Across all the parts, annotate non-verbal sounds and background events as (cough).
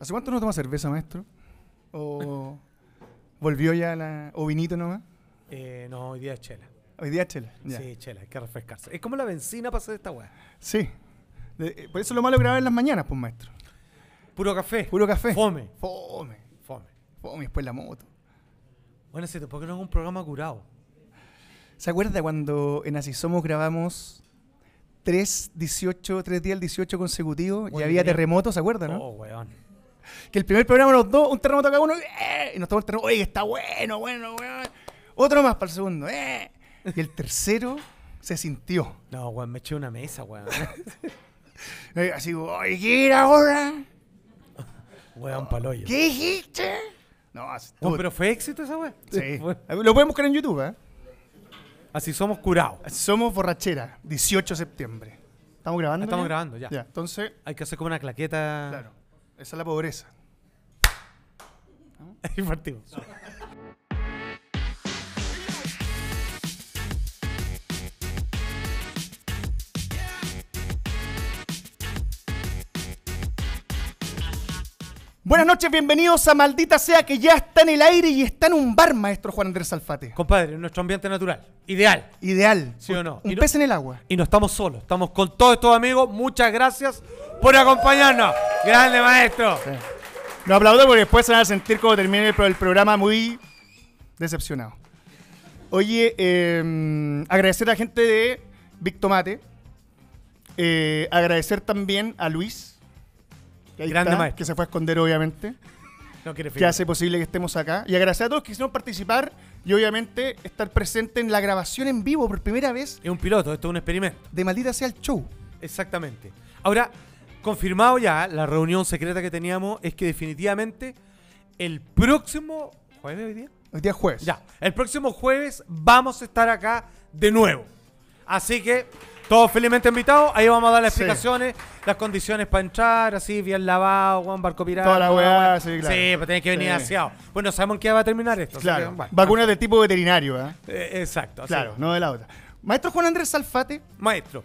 ¿Hace cuánto no toma cerveza, maestro? (laughs) ¿O volvió ya la... o vinito nomás? Eh, no, hoy día es chela. Hoy día es chela. ya. Sí, chela, hay que refrescarse. Es como la benzina para hacer esta weá. Sí. De- eh, por eso lo malo es grabar en las mañanas, pues, maestro. Puro café. Puro café. Fome. Fome. Fome. Fome, después la moto. Bueno, sí, ¿por qué no es un programa curado? ¿Se acuerda cuando en Así Somos grabamos 3, 18, 3 días al 18 consecutivos y Oye, había tenía- terremotos, ¿se acuerda, no? Oh, weón. Que el primer programa los dos, un terremoto cada uno, ¡eh! y nos tomamos el terremoto, oye, está bueno, bueno, bueno. Otro más para el segundo, ¡eh! Y el tercero se sintió. No, weón, me eché una mesa, (laughs) weón. Eh, Así, oye, ¿qué era ahora? weón, paloyo. ¿Qué dijiste? No, así, Weón, tú- pero fue éxito esa weá. sí. (laughs) Fue- Lo pueden buscar en YouTube, ¿eh? Así somos curados. Así Somos borrachera, 18 de septiembre. ¿Estamos grabando? Ah, estamos ya? grabando, ya. Ya, entonces, Hay que hacer como una claqueta. claro, esa es la pobreza. (laughs) y partimos. Buenas noches, bienvenidos a Maldita Sea, que ya está en el aire y está en un bar, maestro Juan Andrés Alfate. Compadre, nuestro ambiente natural. Ideal. Ideal. ¿Sí o no? Un Y no- pez en el agua. Y no estamos solos, estamos con todos estos amigos. Muchas gracias por acompañarnos. Grande maestro. Lo aplaudo porque después se van a sentir como termine el, pro- el programa muy decepcionado. Oye, eh, agradecer a la gente de Big Tomate. Eh, agradecer también a Luis. que ahí Grande maestro. Que se fue a esconder, obviamente. No quiere que hace posible que estemos acá. Y agradecer a todos que quisieron participar y obviamente estar presente en la grabación en vivo por primera vez Es un piloto, esto es un experimento. de Maldita Sea el Show. Exactamente. Ahora, confirmado ya la reunión secreta que teníamos, es que definitivamente el próximo jueves hoy día. Hoy día es jueves. Ya, el próximo jueves vamos a estar acá de nuevo. Así que todos felizmente invitados, ahí vamos a dar las Sí. explicaciones, las condiciones para entrar, así bien lavado, Juan Barco Pirata. Toda la weá, sí, claro. Sí, pero tenés que venir Sí. aseado. Bueno, sabemos en qué va a terminar esto. así Claro. que, bueno. Vacunas de tipo veterinario, ¿eh? Eh, exacto. así Claro, que, no de la otra. Maestro Juan Andrés Salfate, Maestro,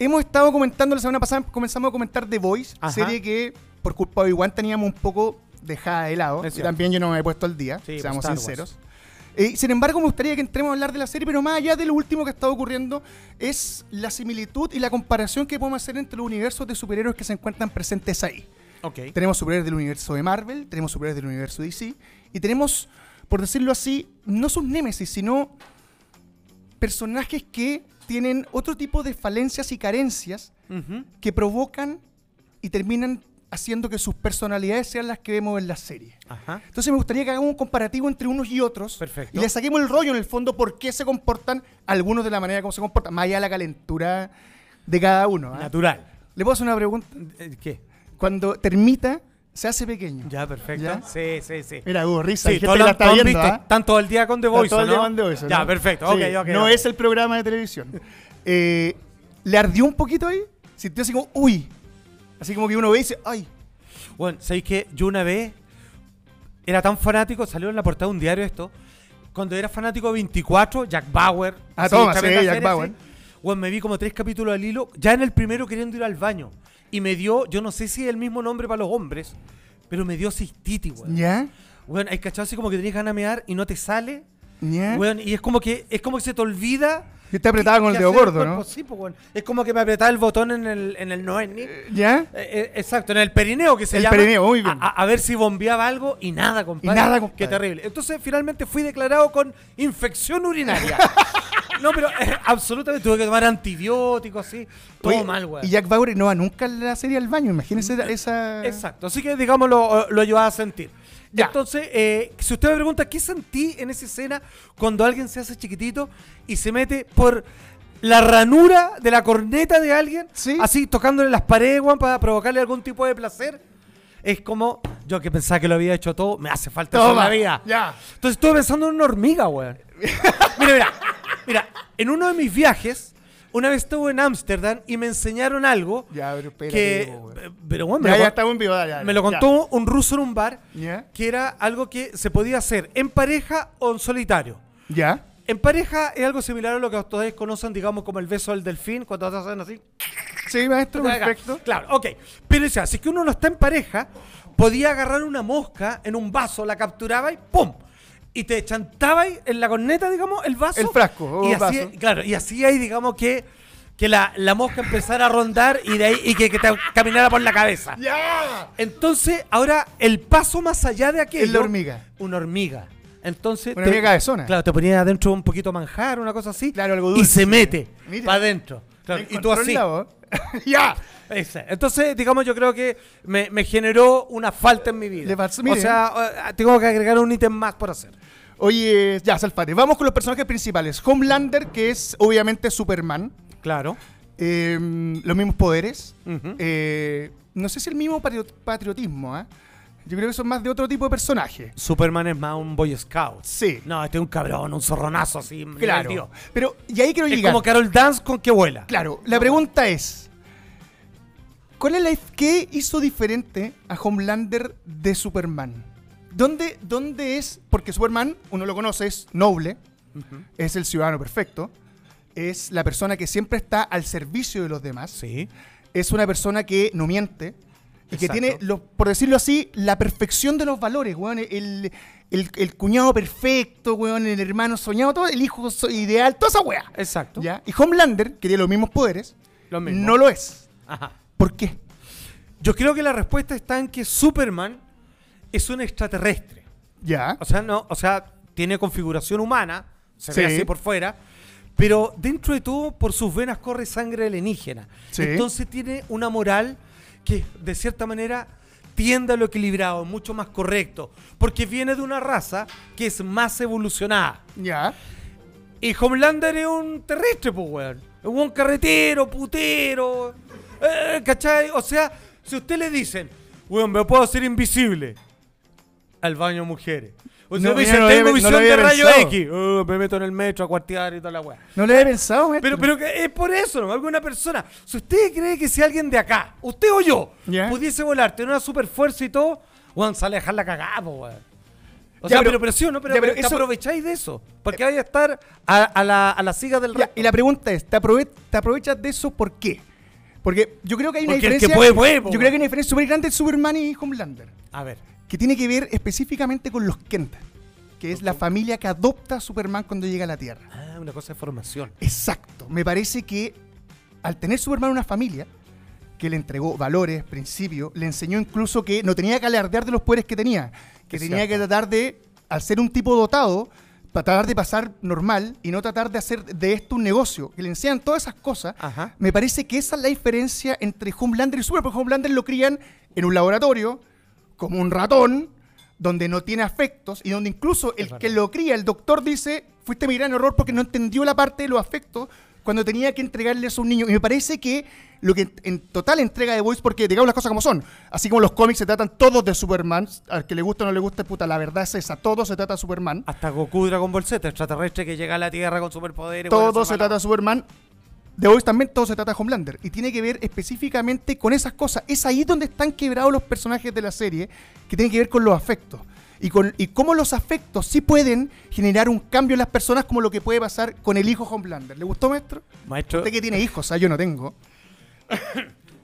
hemos estado comentando la semana pasada, comenzamos a comentar The Voice, Ajá. serie que por culpa de Obi-Wan teníamos un poco dejada de lado. Es Y cierto. también yo no me he puesto al día, Sí, seamos pues, Star sinceros. Eh, sin embargo, me gustaría que entremos a hablar de la serie, pero más allá de lo último que ha estado ocurriendo, es la similitud y la comparación que podemos hacer entre los universos de superhéroes que se encuentran presentes ahí. ok. Tenemos superhéroes del universo de Marvel, tenemos superhéroes del universo DC y tenemos, por decirlo así, no sus némesis, sino personajes que tienen otro tipo de falencias y carencias Ujú. que provocan y terminan haciendo que sus personalidades sean las que vemos en la serie. Ajá. Entonces me gustaría que hagamos un comparativo entre unos y otros Perfecto. y le saquemos el rollo en el fondo por qué se comportan algunos de la manera como se comportan, más allá de la calentura de cada uno. ¿ah? Natural. Le puedo hacer una pregunta. Eh, ¿Qué? Cuando termita, se hace pequeño. Ya, perfecto. ¿Ya? Sí, sí, sí. Mira, hubo risa. hay Sí, gente todos que la lo está todos viendo, viste, ¿ah? están todo el día con The Está Voice, todo ¿o el ¿no? día con The Voice, ¿o Ya, no? perfecto. Sí, ok, ok. No ok. es el programa de (laughs) televisión. Eh, ¿Le ardió un poquito ahí? Sintió así como, uy. Así como que uno ve y dice, ay. Bueno, ¿sabéis que yo una vez era tan fanático, salió en la portada de un diario esto, cuando era fanático de 24, Jack Bauer. Ah, así, toma, chapeta sí, Jack serie, Bauer. sí. Bueno, me vi como tres capítulos al hilo, ya en el primero queriendo ir al baño. Y me dio, yo no sé si es el mismo nombre para los hombres, pero me dio cistitis, weón. ¿Ya? Weón, hay cachado así como que tenías ganas de mear y no te sale. ¿Ya? Weón, y es como que es como que se te olvida. Yo te apretaba qué- con el qué dedo hacer gordo, ¿no? cuerpo. Sí, pues, weón. Es como que me apretaba el botón en el, en el no es ni. ¿Ya? Eh, eh, exacto, en el perineo que se El llama. perineo, muy bien. A, a- a ver si bombeaba algo y nada, compadre. Y nada, compadre. Qué terrible. Entonces, finalmente fui declarado con (laughs) infección urinaria. no, pero eh, absolutamente tuve que tomar antibióticos, así. Todo Oye, mal, weón. Y Jack Bauer innova nunca la serie al baño. Imagínense esa. Exacto, así que digamos lo, lo llevaba a sentir. Ya. Entonces, eh, si usted me pregunta, ¿qué sentí en esa escena cuando alguien se hace chiquitito y se mete por la ranura de la corneta de alguien, Sí. así tocándole las paredes, weón, para provocarle algún tipo de placer? Es como, yo que pensaba que lo había hecho todo, me hace falta eso en la vida. Ya. Entonces estuve pensando en una (laughs) hormiga, weón. Mira, mira, mira, en uno de mis viajes, una vez estuve en Ámsterdam y me enseñaron algo Ya, pero espérate, que... po, weón. Pero, weón, me Ya, lo ya con- estamos en vivo. dale, dale, me lo ya. contó un ruso en un bar ¿Ya? que era algo que se podía hacer en pareja o en solitario. ¿Ya? En pareja es algo similar a lo que ustedes conocen, digamos, como el beso del delfín, cuando te hacen así. Sí, maestro, perfecto. Claro, ok. Pero o sea, si es que uno no está en pareja, podía agarrar una mosca en un vaso, la capturaba y ¡pum! Y te chantaba y- en la corneta, digamos, el vaso. El frasco, o Y el así, vaso. claro, y así ahí, digamos, que, que la, la mosca empezara a rondar y de ahí y que, que te caminara por la cabeza. ¡Ya! Entonces, ahora el paso más allá de aquello. Es la hormiga. Una hormiga. Entonces. Una hormiga cabezona. Claro, te ponía adentro un poquito de manjar, una cosa así. Claro, algo Y dulce. se mete. Mira. Para adentro. Claro, y tú Encontró el así. labo. (laughs) ¡Ya! Esa. Entonces, digamos, yo creo que me, me generó una falta en mi Le vida. pasó- o mire. sea, eh, tengo que agregar un ítem más por hacer. Oye, ya, Salfate. Vamos con los personajes principales. Homelander, que es obviamente Superman. Claro. Eh, los mismos poderes. Ujú. Eh, no sé si el mismo patrio- patriotismo, ¿ah? Yo creo que son más de otro tipo de personaje. Superman es más un Boy Scout. Sí. No, este es un cabrón, un zorronazo así. nivel Claro. Dios. Pero, y ahí quiero Es llegar. como Carol Dance con que vuela. Claro, la pregunta es: ¿cuál es la, ¿qué hizo diferente a Homelander de Superman? ¿Dónde, ¿Dónde es? Porque Superman, uno lo conoce, es noble, Ujú. es el ciudadano perfecto, es la persona que siempre está al servicio de los demás, Sí. es una persona que no miente y que Exacto. tiene, los- por decirlo así, la perfección de los valores, weón. El, el- el cuñado perfecto, weón, el hermano soñado, todo, el hijo so- ideal, toda esa weá. Exacto. ¿Ya? Y Homelander, que tiene los mismos poderes, Lo mismo. no lo es. Ajá. ¿Por qué? Yo creo que la respuesta está en que Superman es un extraterrestre. Ya. O sea, no, o sea, tiene configuración humana, se ve Sí. así por fuera, pero dentro de todo, por sus venas corre sangre alienígena. Sí. Entonces tiene una moral que, de cierta manera, tiende a lo equilibrado, mucho más correcto, porque viene de una raza que es más evolucionada. Ya. Y Homelander es un terrestre, pues, weón. Es un carretero, putero. eh, ¿Cachai? O sea, si usted le dicen, weón, me puedo hacer invisible al baño de mujeres. O si No, le dicen, mira, no lo tengo había- no visión lo había de rayo pensado. X. "Oh, me meto en el metro a cuartear y toda la weá. No lo había pensado, maestro. Pero, pero que es por eso, ¿no? Alguna persona. Si usted cree que si alguien de acá, usted o yo, Ya. pudiese volar, tener una super fuerza y todo, weón, sale a dejar la cagada, po, weón. O Ya, sea, pero- pero, pero sí, ¿no? Pero, ya, pero te eso- aprovecháis de eso. Porque vaya a estar a, a la, a la siga del Ya, resto. y la pregunta es, ¿te, aprove- te aprovechas de eso por qué? Porque yo creo que hay una Porque el que diferencia. puede, puede, po, yo creo que weón. hay una diferencia súper grande entre Superman y Homelander. A ver. Que tiene que ver específicamente con los Kent, que es la familia que adopta a Superman cuando llega a la Tierra. Ah, una cosa de formación. Exacto. Me parece que al tener Superman una familia que le entregó valores, principios, le enseñó incluso que no tenía que alardear de los poderes que tenía, que Es tenía cierto. que tratar de, al ser un tipo dotado, tratar de pasar normal y no tratar de hacer de esto un negocio. Que le enseñan todas esas cosas. Ajá. Me parece que esa es la diferencia entre Homelander y Superman, porque Homelander lo crían en un laboratorio, como un ratón, donde no tiene afectos y donde incluso el verdad. que lo cría, el doctor dice, fuiste mi gran error porque no entendió la parte de los afectos cuando tenía que entregarle eso a un niño. Y me parece que lo que en- en total entrega de Voice, porque digamos las cosas como son, así como los cómics se tratan todos de Superman, al que le gusta o no le gusta, puta, la verdad es esa, todo se trata de Superman. Hasta Goku Dragon Ball Z, extraterrestre que llega a la Tierra con superpoderes. todo bueno, se super- trata de Superman. De hoy también todo se trata de Homelander. Y tiene que ver específicamente con esas cosas. Es ahí donde están quebrados los personajes de la serie, que tienen que ver con los afectos. Y, con, y cómo los afectos sí pueden generar un cambio en las personas, como lo que puede pasar con el hijo Homelander. ¿Le gustó, maestro? Maestro, Usted que tiene hijos, ah, yo no tengo.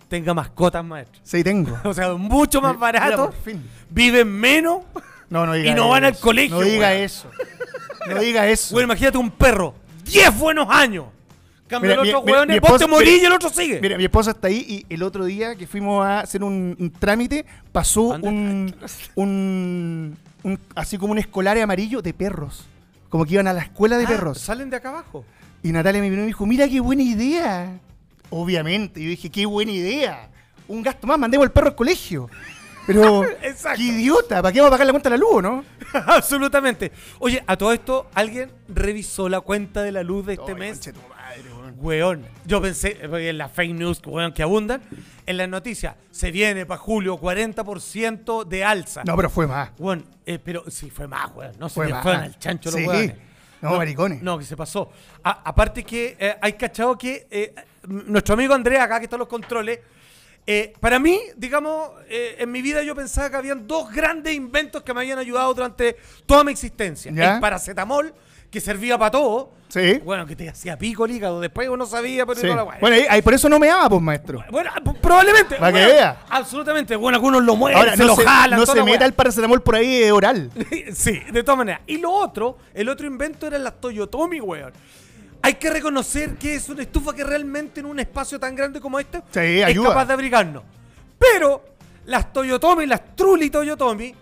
tenga mascotas, maestro. (laughs) Sí, tengo. O sea, mucho más Mira, pues. barato. por fin. Viven menos. No, no diga Y no van al colegio, No diga weón. eso. No diga eso. Bueno, imagínate un perro. 10 buenos años. Cambia Mira, el mi- otro mi- weón, mi vos te esposa- morís mira, y el otro sigue. Mira, mi esposa está ahí y el otro día que fuimos a hacer un, un trámite, pasó ¿Dónde? un, un, un- así como un escolar amarillo de perros. Como que iban a la escuela de Ah, perros. Salen de acá abajo. (laughs) Y Natalia me vino y me dijo, mira qué buena idea. Obviamente, yo dije, qué buena idea. Un gasto más, mandemos el perro al colegio. Pero, (laughs) Exacto. qué idiota, ¿para qué vamos a pagar la cuenta de la luz, no? Absolutamente. Oye, a todo esto, alguien revisó la cuenta de la luz de este Ay, mes. conche tu madre, weón. Weón, yo pensé, eh, en las fake news weón, que abundan, en las noticias, se viene para julio 40% de alza. No, pero fue más. Weón, eh, pero sí, fue más, weón. No se Fue le más. fueron al chancho Sí. los weones. No, maricones. No, que se pasó. A- aparte que eh, hay cachado que eh, m- nuestro amigo Andrea acá, que está en los controles, eh, para mí, digamos, eh, en mi vida yo pensaba que habían dos grandes inventos que me habían ayudado durante toda mi existencia. ¿Ya? El paracetamol que servía para todo. Sí. Bueno, que te hacía pico el hígado. Después uno sabía, pero Sí. no la weá. Bueno, ahí, ahí por eso no me ama, pues, maestro. Bueno, p- probablemente. Pa' que weón, vea. Absolutamente. Bueno, algunos lo mueven, Ahora, se no lo se, jalan. no toda se la weá. meta el paracetamol por ahí eh, oral. (laughs) Sí, de todas maneras. Y lo otro, el otro invento eran las Toyotomi, weón. Hay que reconocer que es una estufa que realmente en un espacio tan grande como este Sí, es ayuda. capaz de abrigarnos. Pero las Toyotomi, las Trulli Toyotomi,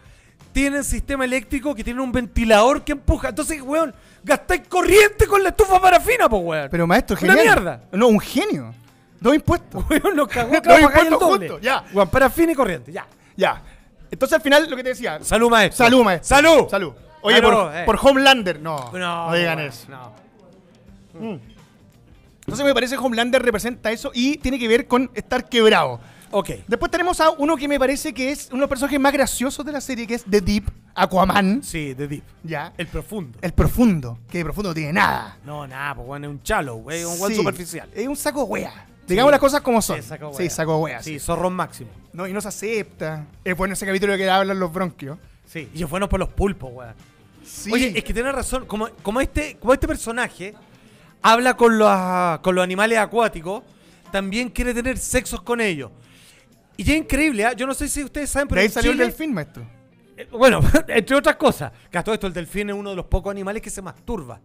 tienen sistema eléctrico que tiene un ventilador que empuja. Entonces, weón, gastáis corriente con la estufa parafina, pues, weón. Pero, maestro, Una genial. mierda. (laughs) No, un genio. Dos impuestos. Weón, nos cagó, Los claro, pagáis el impuestos doble. juntos, ya. Weón, parafina y corriente, ya. Ya. Entonces, al final, lo que te decía. Salud, maestro. Salud, maestro. Salud. Salud. Oye, Salud, por, eh. por Homelander. No, No, no, digan weón, eso. No. Entonces, me parece que Homelander representa eso y tiene que ver con estar quebrado. Ok. Después tenemos a uno que me parece que es uno de los personajes más graciosos de la serie, que es The Deep, Aquaman. Sí, The Deep. Ya. El profundo. El profundo, que de profundo no tiene nada. No, nada, pues weón, es un chalo, güey, un weón Sí, superficial. Es un saco wea. Digamos las cosas como son. Sí, saco Sí, wea. saco wea. Sí, sí. zorrón máximo. No, y no se acepta. Es bueno ese capítulo que hablan los bronquios. Sí, y es bueno por los pulpos, weón. Sí. Oye, es que tiene razón, como, como, este, como este personaje habla con los, con los animales acuáticos, también quiere tener sexos con ellos. Y es increíble, ¿ah? yo no sé si ustedes saben, pero De ahí en salió Chile- el delfín, maestro. Eh, Bueno, (laughs) entre otras cosas. Que a todo esto el delfín es uno de los pocos animales que se masturba.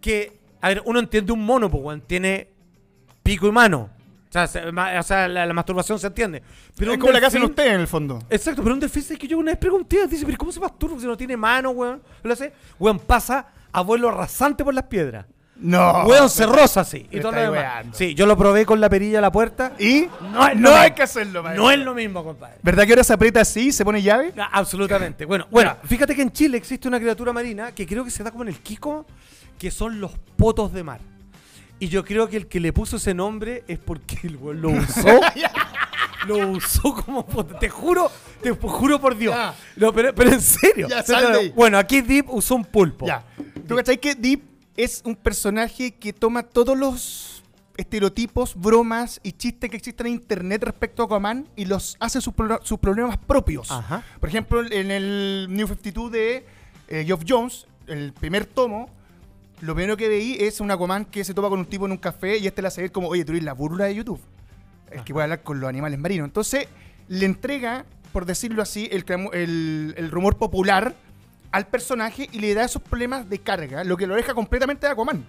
Que, a ver, uno entiende un mono, pues, weón, tiene pico y mano. O sea, se- ma- o sea, la, la masturbación se entiende. Pero es un como la que hacen delfín- ustedes en el fondo. Exacto, pero un delfín es que yo una vez pregunté, dice, pero ¿cómo se masturba si no tiene mano, weón? Lo hace, weón, pasa a vuelo rasante por las piedras. No. weón, se roza así. Y Ah, me todo lo estáis demás. weando. Sí, yo lo probé con la perilla a la puerta. Y No es lo no hay mismo. que hacerlo, maestro. No es lo mismo, compadre. ¿Verdad que ahora se aprieta así y se pone (laughs) llave? Ah, Absolutamente. Bueno, bueno, fíjate que en Chile existe una criatura marina que creo que se da como en el Kiko, que son los potos de mar. Y yo creo que el que le puso ese nombre es porque el weón lo (laughs) usó. Oh. lo usó como poto. Te juro, te juro por Dios. Ya. No, pero, pero en serio. Ya, sal de ahí. Bueno, aquí Deep usó un pulpo. Ya. ¿Tú cachai que Deep es un personaje que toma todos los estereotipos, bromas y chistes que existen en internet respecto a Aquaman y los hace sus, pro- sus problemas propios? Ajá. Por ejemplo, en el New 52 de eh, Geoff Jones, el primer tomo, lo primero que veí es un Aquaman que se topa con un tipo en un café y este le hace ver como, oye, tú eres la burla de YouTube. El que puede hablar con los animales marinos. Entonces, le entrega, por decirlo así, el, clamo- el, el rumor popular al personaje y le da esos problemas de carga, lo que lo deja completamente de Aquaman.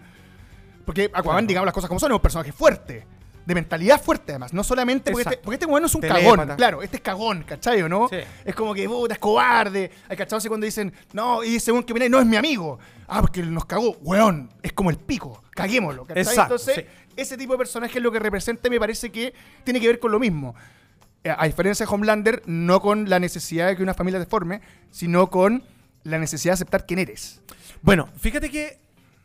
Porque Aquaman, digamos las cosas como son, es un personaje fuerte, de mentalidad fuerte además, no solamente porque, este, Exacto. porque este weón no es un Telépata. cagón, claro, este es cagón, ¿cachai o no? Sí. Es como que, puta, es cobarde. Hay cacharse cuando dicen, no, y según que viene, no es mi amigo. Ah, porque nos cagó, weón, es como el pico, caguémoslo, ¿cachai? Exacto, Entonces, sí. ese tipo de personaje es lo que representa y me parece que tiene que ver con lo mismo. Eh, A diferencia de Homelander, no con la necesidad de que una familia te forme, sino con la necesidad de aceptar quién eres. Bueno, fíjate que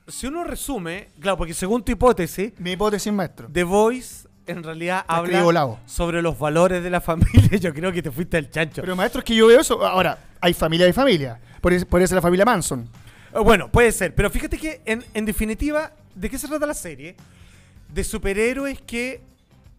si uno resume, claro, porque según tu hipótesis, Mi hipótesis, maestro. The Voice en realidad escribo habla Lavo. sobre los valores de la (laughs) familia. Yo creo que te fuiste al chancho. Pero maestro, es que yo veo eso. Ahora, hay familia, hay familia. Por eso, por eso la familia Manson. Eh, Bueno, puede ser, pero fíjate que en, en definitiva, ¿de qué se trata la serie? De superhéroes que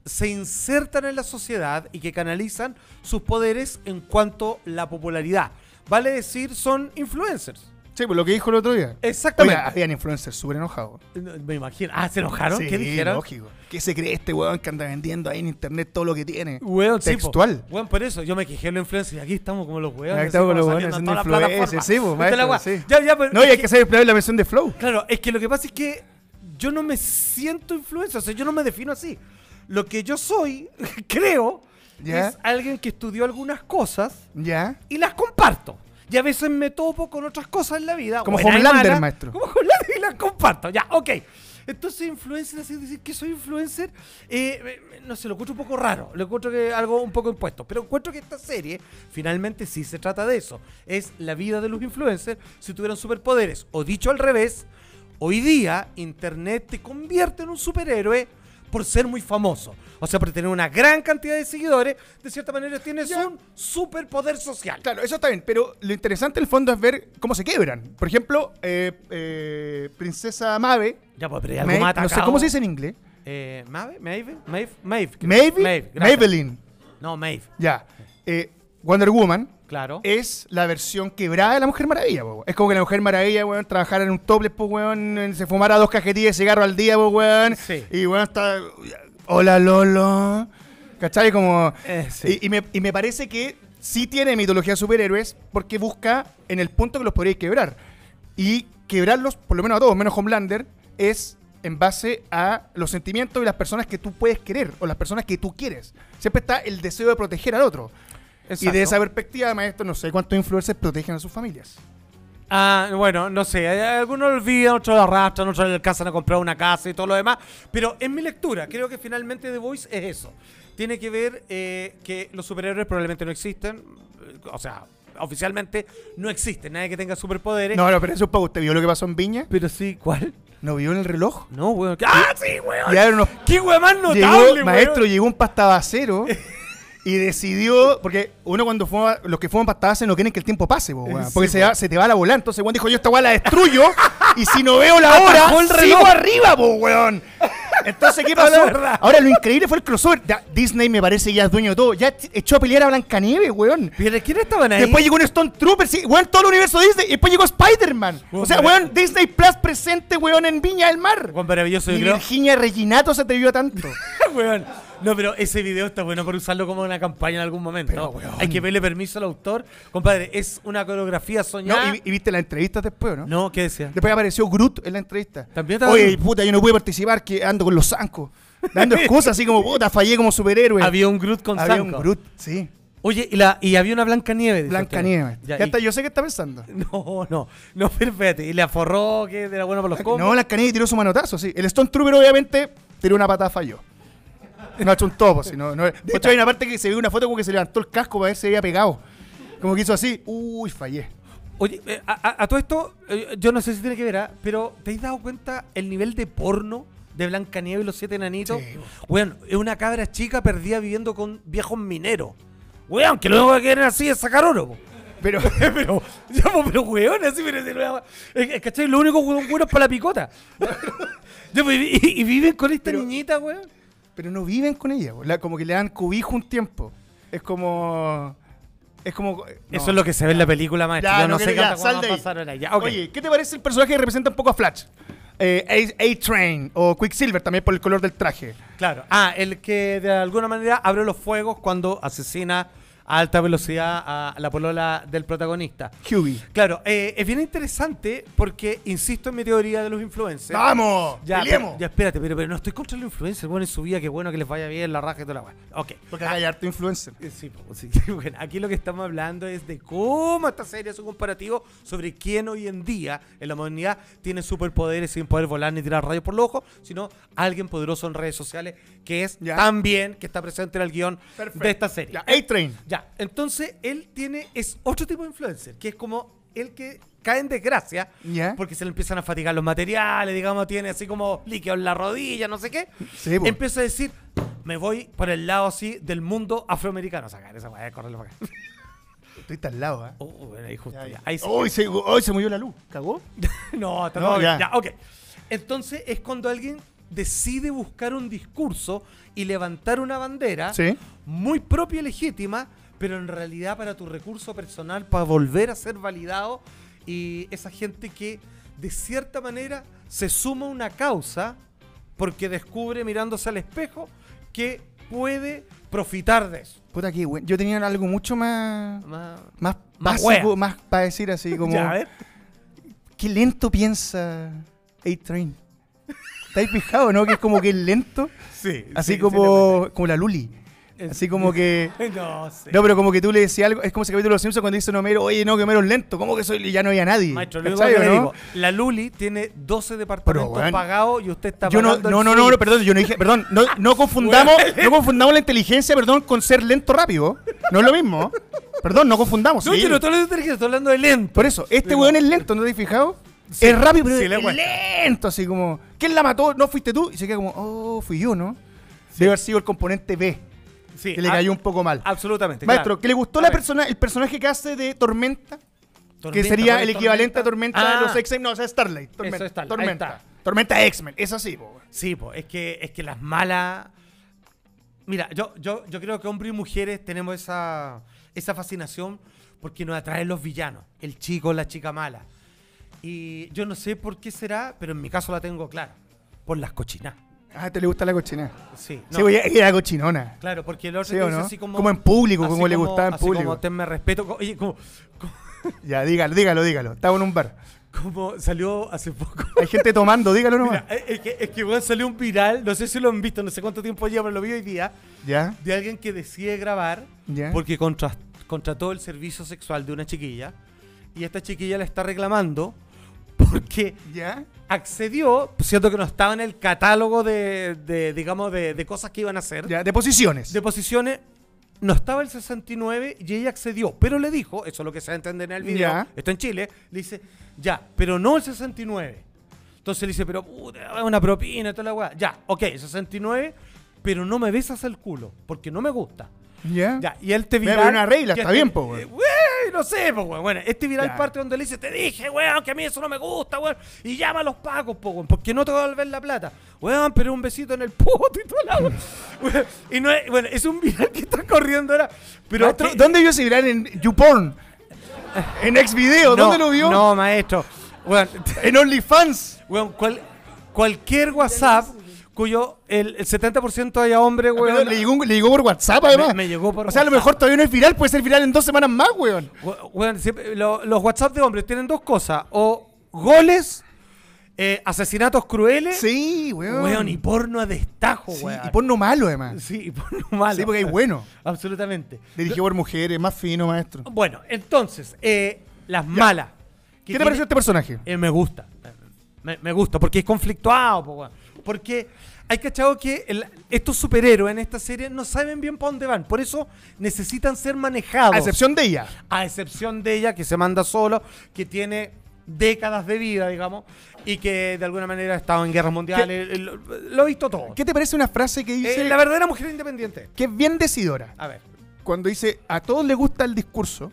se insertan en la sociedad y que canalizan sus poderes en cuanto la popularidad. Vale decir, son influencers. Sí, pues lo que dijo el otro día. Exactamente. Oiga, habían influencers súper enojados. No, Me imagino. Ah, ¿se enojaron? Sí, ¿Qué dijeron? lógico. ¿Qué se cree este weón que anda vendiendo ahí en internet todo lo que tiene? Weón, sí, po. Textual. Weón, por eso yo me quejé de los influencers y aquí estamos como los weones. Ahí estamos así, con los como weones saliendo haciendo en todas las influencers. plataformas. Sí, pues, Puta la maestro, weá. sí. Ya, ya, pero No, y es hay que saber emplear la versión de Flow. Claro, es que lo que pasa es que yo no me siento influencer, o sea, yo no me defino así. Lo que yo soy, (laughs) creo, Ya. es alguien que estudió algunas cosas ¿Ya? y las comparto. Y a veces me topo con otras cosas en la vida. Como buenas y Homelander, malas, maestro. Como (laughs) Homelander y las comparto. Ya, ok. Entonces, influencer, así decir que soy influencer, eh, me- me- no sé, lo encuentro un poco raro. Lo encuentro que algo un poco impuesto. Pero encuentro que esta serie, finalmente, sí se trata de eso. Es la vida de los influencers si tuvieran superpoderes. O dicho al revés, hoy día, Internet te convierte en un superhéroe por ser muy famoso. O sea, por tener una gran cantidad de seguidores, de cierta manera tienes Ya. un superpoder social. Claro, eso está bien, pero lo interesante en el fondo es ver cómo se quiebran. Por ejemplo, eh, eh, Princesa Mave. Ya, pues, pero hay algo Maeve, más no sé atacado. cómo se dice en inglés. Eh, ¿Mave? ¿Mave? ¿Mave? ¿Mave? creo. Maeve. gracias. Maybelline. No, Mave. Ya. Eh, Wonder Woman. Claro. es la versión quebrada de la Mujer Maravilla, po, weón. Es como que la Mujer Maravilla, weón, trabajara en un tople, pues, weón, en- se fumara dos cajetillas de cigarro al día, pues, weón. Sí. Y, weón, está... Hola, Lolo. ¿Cachai? Como... Eh, sí. y, y me, y me parece que sí tiene mitología de superhéroes porque busca en el punto que los podríais quebrar. Y quebrarlos, por lo menos a todos, menos Homelander, es en base a los sentimientos y las personas que tú puedes querer o las personas que tú quieres. Siempre está el deseo de proteger al otro. Y de Exacto. esa perspectiva, maestro, no sé cuántos influencers protegen a sus familias. Ah, bueno, no sé, hay- hay algunos olvidan, otros arrastran, otros le alcanzan a comprar una casa y todo lo demás, pero en mi lectura creo que finalmente The Voice es eso. Tiene que ver eh, que los superhéroes probablemente no existen, eh, o sea, oficialmente no existen, nadie que tenga superpoderes. No, no, pero eso es para usted. ¿Vio lo que pasó en Viña? Pero sí, ¿cuál? ¿No vio en el reloj? No, weón. ¿qué- ¡Ah, sí, weón! Ya eran unos ¡Qué weón más Llegó- notable, weón! maestro, llegó un pastabacero y decidió, porque uno cuando fuma, los que fuman pastabacero no quieren que el tiempo pase, po, weón, Sí, porque se, po. va- se te va la volada. Entonces, Juan dijo, yo esta weá la destruyo y si no veo la hora, Atajó el sigo reloj. arriba, po, weón. Entonces, ¿qué (laughs) Toda la pasó? verdad. Ahora, lo increíble fue el crossover. Ya, Disney me parece que ya es dueño de todo. Ya t- echó a pelear a Blancanieves, weón. ¿Pero quién estaban ahí? Después llegó un Stone Trooper, sí, weón, todo el universo Disney. Y después llegó Spider-Man. O Oh, Weón, sea, pero- weón, Disney Plus presente, weón, en Viña del Mar. Weón, maravilloso, yo Ni creo. Virginia Reginato se te vio tanto. (laughs) Weón. No, pero ese video está bueno para usarlo como una campaña en algún momento. Pero, ¿no? weón. Hay que pedirle permiso al autor. Compadre, es una (laughs) coreografía No, soñada. y, y viste las entrevistas después, ¿no? No, ¿qué decía? Después apareció Groot en la entrevista. También estaba- Oye, puta, yo no pude participar, que ando con los zancos. (laughs) Dando excusas así como, puta, fallé como superhéroe. Había un Groot con Había zanco. un Groot, sí. Oye, y, la, y había una Blanca Nieve. Blanca Nieve. Yo sé qué está pensando. (laughs) No, no. No, pero espérate. Y le aforró que era bueno para los combos. Ah, (laughs) No, Blanca Nieve tiró su manotazo, sí. El Stone Trooper, obviamente, tiró una patada, falló. No ha hecho un topo, sino. No, de hecho, hay una parte que se ve una foto como que se levantó el casco para ver si había pegado. Como que hizo así, uy, fallé. Oye, eh, a, a- a todo esto, eh, yo no sé si tiene que ver, ¿ah? pero ¿te has dado cuenta el nivel de porno de Blancanieves y los siete enanitos? Sí. Weón, es una cabra chica perdida viviendo con viejos mineros. Weón, que lo único que quieren así es sacar oro. po. (laughs) Pero. (laughs) pero, ya, po, pero weón, así, pero si no- es que, ¿cachai? Lo único weón bueno es para la picota. (laughs) Ya, po, y, y- y viven con esta Pero- niñita, weón. pero no viven con ella, bo. La- como que le dan cubijo un tiempo. Es como. Es como. eh, no. Eso es lo que se ve en la película, maestro. Ya, yo no, no sé quiero- qué ya, onda sal cuando de ahí. pasaron ahí. Ya, ok. Oye, ¿qué te parece el personaje que representa un poco a Flash? Eh, A- A-Train o Quicksilver también por el color del traje. Claro. Ah, el que de alguna manera abre los fuegos cuando asesina a alta velocidad a la polola del protagonista. Hughie. Claro, eh, es bien interesante porque insisto en mi teoría de los influencers. ¡Vamos! Ya, ¡Peleemos! pero- ya espérate, pero, pero no estoy contra los influencers. Bueno, en su vida, qué bueno que les vaya bien, la raja y toda la weá. Ok. Porque acá hay harto influencer. Eh, Sí, po, sí, (laughs) sí, bueno, aquí lo que estamos hablando es de cómo esta serie es un comparativo sobre quién hoy en día en la modernidad tiene superpoderes sin poder volar ni tirar rayos por los ojos, sino alguien poderoso en redes sociales que es Ya. también que está presente en el guión de esta serie. Ya, eh, Ya. A-Train. entonces él tiene, es otro tipo de influencer, que es como el que cae en desgracia Ya. porque se le empiezan a fatigar los materiales, digamos, tiene así como líquido en la rodilla, no sé qué. Sí, po. Empieza a decir, me voy por el lado así del mundo afroamericano. Sacar esa weá, correrlo para acá. (laughs) Estoy tan al lado, ¿eh? Oh, bueno, ahí justo, Ya, ya, ya. ahí sí. Hoy se, hoy se murió la luz. ¿Cagó? (laughs) no, está No, todo bien. ya. Ya, ok. Entonces es cuando alguien decide buscar un discurso y levantar una bandera Sí. muy propia y legítima, pero en realidad para tu recurso personal, para volver a ser validado. Y esa gente que de cierta manera se suma a una causa porque descubre mirándose al espejo que puede profitar de eso. Puta, qué bueno. Yo tenía algo mucho más. Más- Más, Más básico, wea. más para decir así como. (laughs) Ya, ¿eh? a ver. Qué lento piensa A-Train. ¿Estáis fijados, no? Que es como que es lento. Sí. Así sí, como, como la Luli. Es- Así como que. sí, la- No, sí. No, pero como que tú le decías algo. Es como ese capítulo de los Simpsons cuando dicen Homero, oye, no, que Homero es lento. ¿Cómo que soy? Y ya no había nadie. Maestro, lo único ¿Cachai, que le o no? digo, la Luli tiene 12 departamentos Pero, weón, pagados y usted está Yo no, pagando el no, no, suyo. no, no, perdón, yo no dije, perdón, no, (laughs) no confundamos, no confundamos la inteligencia, perdón, con ser lento rápido. No es lo mismo. Perdón, no confundamos. No, sí. yo no estoy hablando de inteligencia, estoy hablando de lento. Por eso, este weón es lento, ¿no te has fijado? Sí, es rápido, pero sí, es le cuesta. lento, así como. ¿Quién la mató? ¿No fuiste tú? Y se queda como, oh, fui yo, ¿no? Debe haber sido el componente B, Sí, que le a- cayó un poco mal. Absolutamente. Maestro, claro. ¿qué le gustó A la ver, persona, el personaje que hace de Tormenta? que Tormenta, sería ¿cuál el es equivalente a Tormenta Ah, de los X-Men. No, o sea, Starlight. Tormenta. es Starlight, ahí Tormenta. está. Tormenta X-Men. Es así, po. Sí, po, es que, es que las malas. Mira, yo, yo, yo creo que hombres y mujeres tenemos esa, esa fascinación porque nos atraen los villanos, el chico, la chica mala. Y yo no sé por qué será, pero en mi caso la tengo clara, por las cochinas. Ah, te le gusta la cochina. Sí, Sí, güey, era cochinona. Claro, porque el otro ¿Sí te o dice no? así como... Como en público, así como le gustaba en así público. como tenme respeto. co- Oye, como, co- Ya, dígalo, dígalo, dígalo. Estaba en un bar. como salió hace poco... Hay gente tomando, dígalo nomás. Mira, (laughs) es es que, es que weón, salió un viral, no sé si lo han visto, no sé cuánto tiempo lleva, pero lo vi hoy día, Ya, de alguien que decide grabar ya. porque contra- contrató el servicio sexual de una chiquilla y esta chiquilla la está reclamando porque Ya. accedió, siendo que no estaba en el catálogo de, de, digamos, de, de cosas que iban a hacer, Ya, de posiciones. de posiciones, no estaba el 69 y ella accedió, pero le dijo, eso es lo que se va a entender en el video, Ya. esto en Chile, le dice, ya, pero no el 69. Entonces le dice, pero puta, es una propina, toda la weá. Ya, ok, 69, pero no me besas el culo, porque no me gusta. ya. Ya, y él te Mira, viral. pero una regla, y está este- bien, po, weón. eh, no sé, po, weón. Bueno, este viral Ya. parte donde le dice, te dije, weón, que a mí eso no me gusta, weón. Y llama a los pacos, po, weón, porque no te va a volver la plata. Weón, pero un besito en el puto y todo la (laughs) weón. Weón, Y no es, bueno, es un viral que está corriendo ahora. Pero Maestro, que- ¿Dónde vio ese viral en YouPorn? En Xvideo, ¿dónde no, lo vio? No, maestro. Weón, En OnlyFans. weón, cual- cualquier WhatsApp cuyo el, el 70% haya hombre, Pero weón. le, llegó, un- le llegó por WhatsApp, además. me llegó por O sea, a lo WhatsApp. mejor todavía no es viral, puede ser viral en dos semanas más, weón. We- weón, siempre- lo- los WhatsApp de hombres tienen dos cosas: o goles, eh, asesinatos crueles, Sí, weón. weón, y porno a destajo, Sí, weón. y porno malo, además. Sí, y porno malo. Sí, porque hay bueno. (laughs) Absolutamente. Dirigido por mujeres, más fino, maestro. Bueno, entonces, eh, las malas. ¿Qué te pareció este personaje? Eh, me gusta. Me, me gusta, porque es conflictuado, po, weón. Porque hay cachado que el- estos superhéroes en esta serie no saben bien para dónde van. Por eso necesitan ser manejados. A excepción de ella. a excepción de ella que se manda solo, que tiene décadas de vida, digamos, y que de alguna manera ha estado en guerras mundiales, eh, lo, lo he visto todo. ¿Qué te parece una frase que Eh, dice la verdadera mujer independiente. que es bien decidora? A ver. Cuando dice, a todos les gusta el discurso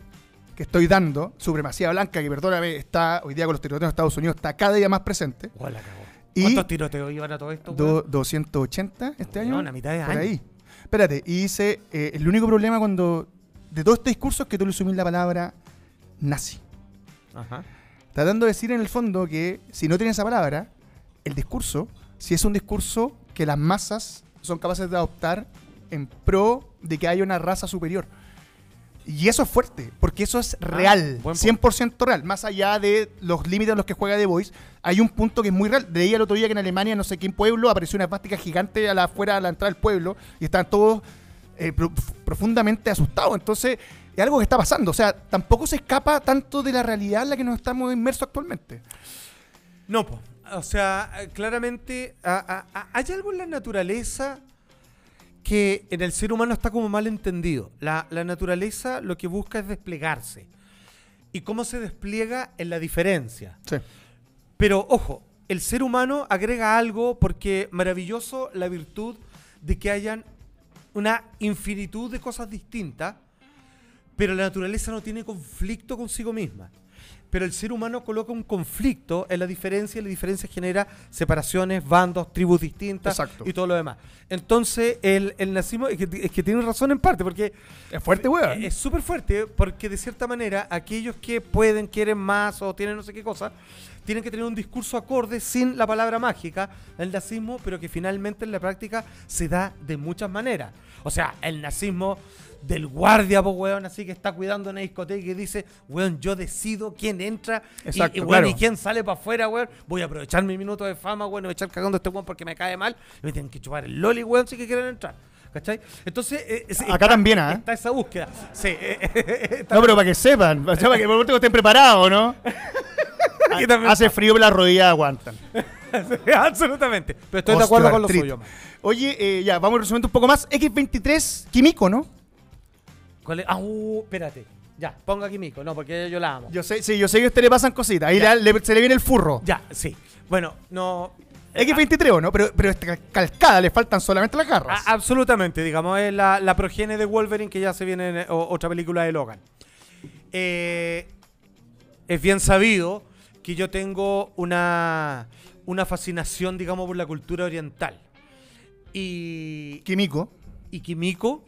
que estoy dando, supremacía blanca, que perdóname, está hoy día con los tiroteos en Estados Unidos, está cada día más presente. Guau, la cagó. Y- ¿Cuántos tiroteos iban a todo esto? Do- weón? 280 este año. Weón, a mitad de por año. ahí. Espérate, y dice, eh, el único problema cuando de todo este discurso es que tú le sumís la palabra nazi. Ajá. Tratando de decir en el fondo que si no tiene esa palabra, el discurso, si es un discurso que las masas son capaces de adoptar en pro de que haya una raza superior. Y eso es fuerte, porque eso es real, Ah, buen punto. 100% real. Más allá de los límites a los que juega The Voice, hay un punto que es muy real. Leí el otro día que en Alemania, no sé qué pueblo, apareció una plástica gigante a la, afuera, a la entrada del pueblo, y estaban todos eh, pro- profundamente asustados. Entonces, es algo que está pasando. O sea, tampoco se escapa tanto de la realidad en la que nos estamos inmersos actualmente. No, po. O sea, eh, claramente a- a- a- hay algo en la naturaleza que en el ser humano está como mal entendido. La, la naturaleza lo que busca es desplegarse. Y cómo se despliega en la diferencia. Sí. Pero ojo, el ser humano agrega algo porque maravilloso la virtud de que hayan una infinitud de cosas distintas, pero la naturaleza no tiene conflicto consigo misma. Pero el ser humano coloca un conflicto en la diferencia y la diferencia genera separaciones, bandos, tribus distintas Exacto. y todo lo demás. Entonces, el, el nazismo es que, es que tiene razón en parte, porque Es fuerte, weón. eh, Es súper fuerte porque de cierta manera aquellos que pueden, quieren más o tienen no sé qué cosa, tienen que tener un discurso acorde sin la palabra mágica, el nazismo, pero que finalmente en la práctica se da de muchas maneras. O sea, el nazismo del guardia, po, weón, así que está cuidando una discoteca y dice, weón, yo decido quién entra y- Exacto, y, weón, claro. y quién sale para afuera, weón. Voy a aprovechar mi minuto de fama, weón, y voy a echar cagando a este weón porque me cae mal. Y me tienen que chupar el loli, weón, si que quieren entrar. ¿Cachai? Entonces, eh, es- (laughs) Acá también, ¿ah? Está esa búsqueda. Sí. eh, eh, está- No, pero para que sepan, para que por último estén preparados, (laughs) ¿no? Aquí también Hace frío, pero las rodillas aguantan. (laughs) Absolutamente. Pero estoy de acuerdo con lo Osteoartritis. suyo. man. Oye, eh, ya, vamos resumiendo un poco más. X23, Químico, ¿no? ¿Cuál es? Ah, uh, espérate. Ya, ponga aquí Mico. No, porque yo la amo. Yo sé, sí, yo sé que a usted le pasan cositas. Ahí Ya. le- le- se le viene el furro. Ya, sí. Bueno, no. X23 o no, pero, pero está calcada, le faltan solamente las garras. a- absolutamente, digamos. Es la, la progenie de Wolverine que ya se viene en eh, o- otra película de Logan. Eh, es bien sabido que yo tengo una, una fascinación, digamos, por la cultura oriental. Y, Químico. y Kimiko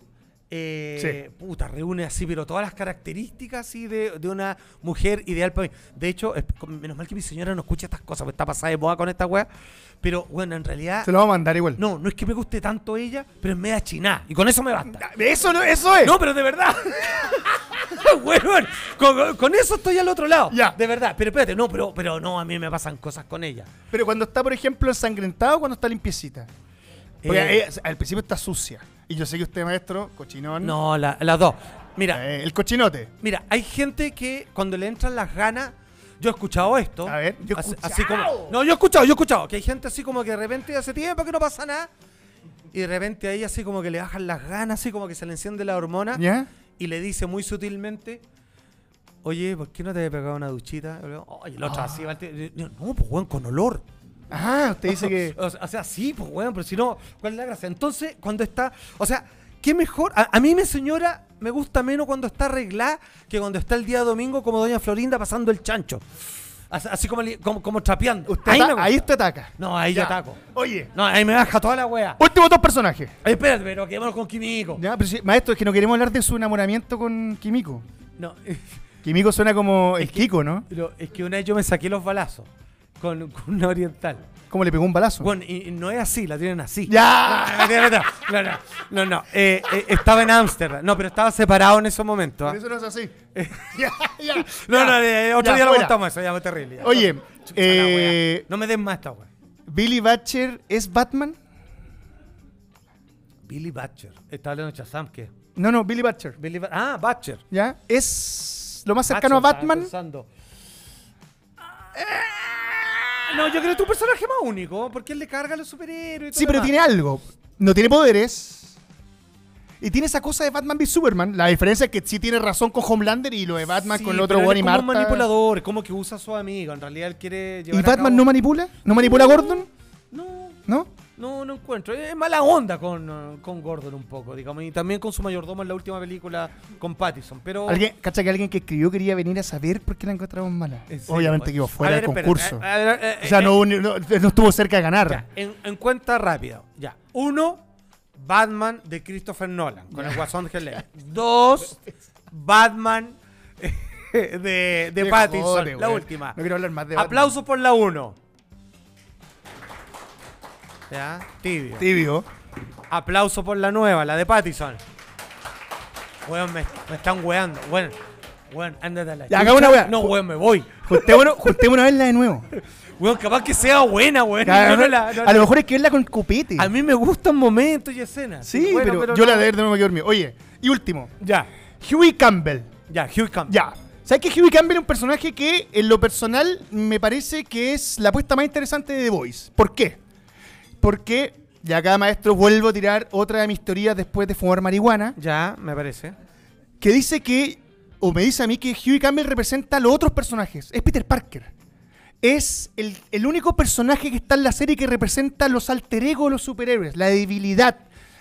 eh, puta, reúne así, pero todas las características así de, de una mujer ideal para mí. De hecho, es- con- menos mal que mi señora no escucha estas cosas, porque está pasada de moda con esta weá. Pero bueno, en realidad, Se lo vamos a mandar igual. no, no es que me guste tanto ella, pero es media chiná. Y con eso me basta. Eso, no, eso es. No, pero de verdad. (laughs) Weón, con, con eso estoy al otro lado. Ya. De verdad. Pero espérate, no, pero, pero no, a mí me pasan cosas con ella. Pero cuando está, por ejemplo, ensangrentado, cuando está limpiecita. Porque Eh, eh, al principio está sucia. Y yo sé que usted, maestro, cochinón. No, la- las dos. Mira, eh, el cochinote. mira, hay gente que cuando le entran las ganas. Yo he escuchado esto. A ver, yo he así- escuchado. así como- no, yo he escuchado, yo he escuchado. Que hay gente así como que de repente hace tiempo que no pasa nada. Y de repente ahí así como que le bajan las ganas, así como que se le enciende la hormona. ¿Ya? y le dice muy sutilmente, oye, ¿por qué no te he pegado una duchita? Y luego, Oye, el otro así va al tío. Y yo, No, pues weón, con olor. Ah, usted dice que. (laughs) O sea, o sea, sí, pues weón, pero si no, ¿cuál es la gracia? Entonces, cuando está. O sea, qué mejor. A, a mí, mi señora, me gusta menos cuando está arreglada que cuando está el día domingo como Doña Florinda pasando el chancho. Así, así como, li- como, como trapeando. Usted ahí, ata- me gusta. ahí usted ataca. No, ahí Ya. yo ataco. Oye, No, ahí me baja toda la wea. últimos dos personajes. Ay, espérate, pero quedémonos con Quimico. Ya, pero sí, maestro, es que no queremos hablar de su enamoramiento con Kimiko. No. (laughs) Kimiko suena como el Kiko, ¿no? Pero es que una vez yo me saqué los balazos con, con una oriental. Como le pegó un balazo. Bueno, y, y no es así, la tienen así. ¡Ya! No, no, no, no, no, no. Eh, eh, estaba en Ámsterdam. No, pero estaba separado en esos momentos. Por ¿ah? eso no es (laughs) así. (laughs) ya, ya. No, ya. no, eh, otro Ya, día lo fuera. contamos eso, ya fue terrible. ya. Oye, Chucha la eh, wea. no me den más esta weá. ¿Billy Batcher es Batman? Billy Batcher. Estaba hablando de Shazam, ¿qué? No, no, Billy Batcher. Billy Ba- ah, Batcher. ¿Ya? ¿Es lo más cercano a Batcher, estaba Batman? pensando. Ah, No, yo creo que es tu personaje más único, porque él le carga a los superhéroes. y todo Sí, lo pero demás. tiene algo. No tiene poderes. Y tiene esa cosa de Batman v Superman. La diferencia es que sí tiene razón con Homelander y lo de Batman Sí, con el otro pero él Bonnie es como Marta. un manipulador, como que usa a su amigo. En realidad él quiere llevar ¿Y a Batman cabo- no manipula? ¿No manipula a Gordon? No, ¿No? no, no encuentro. Es mala onda con, eh, con Gordon un poco, digamos. Y también con su mayordomo en la última película con Pattinson. Pero. ¿Alguien, cacha que alguien que escribió quería venir a saber por qué la encontramos mala? En serio, Obviamente pues. que iba fuera A ver, del espérate, concurso. a- a ver, eh, o sea, eh, no, no, no estuvo cerca de ganar. ya, en, en cuenta rápida. Ya. Uno, Batman de Christopher Nolan, con el Guasón de Heath Ledger. Dos, Batman eh, de, de Qué Pattinson, joder, la weón. última. No quiero hablar más de Batman. Aplauso por la uno. Ya, tibio. Tibio. Aplauso por la nueva, la de Pattison. Weón, me, me están weando. Weón, weón, ándate a la Ya, chucha. hagamos una wea. No, weón, me voy. Juntémonos, juntémonos a verla de (laughs) nuevo. Weón, capaz que sea buena, weón. Yo no la- no a la- lo mejor es que verla con copete. a mí me gustan momentos y escenas. Sí, Bueno, pero, yo no. la de ver de nuevo me quedo dormido. Oye, y último. Ya, Huey Campbell. ya, Hugh Campbell. Ya. ¿Sabes que Huey Campbell es un personaje que, en lo personal, me parece que es la apuesta más interesante de The Voice? ¿Por qué? Porque, ya acá, maestro, vuelvo a tirar otra de mis teorías después de fumar marihuana, Ya, me parece. que dice que, o me dice a mí que Huey Campbell representa a los otros personajes. Es Peter Parker. Es el, el único personaje que está en la serie que representa los alter ego de los superhéroes, la debilidad.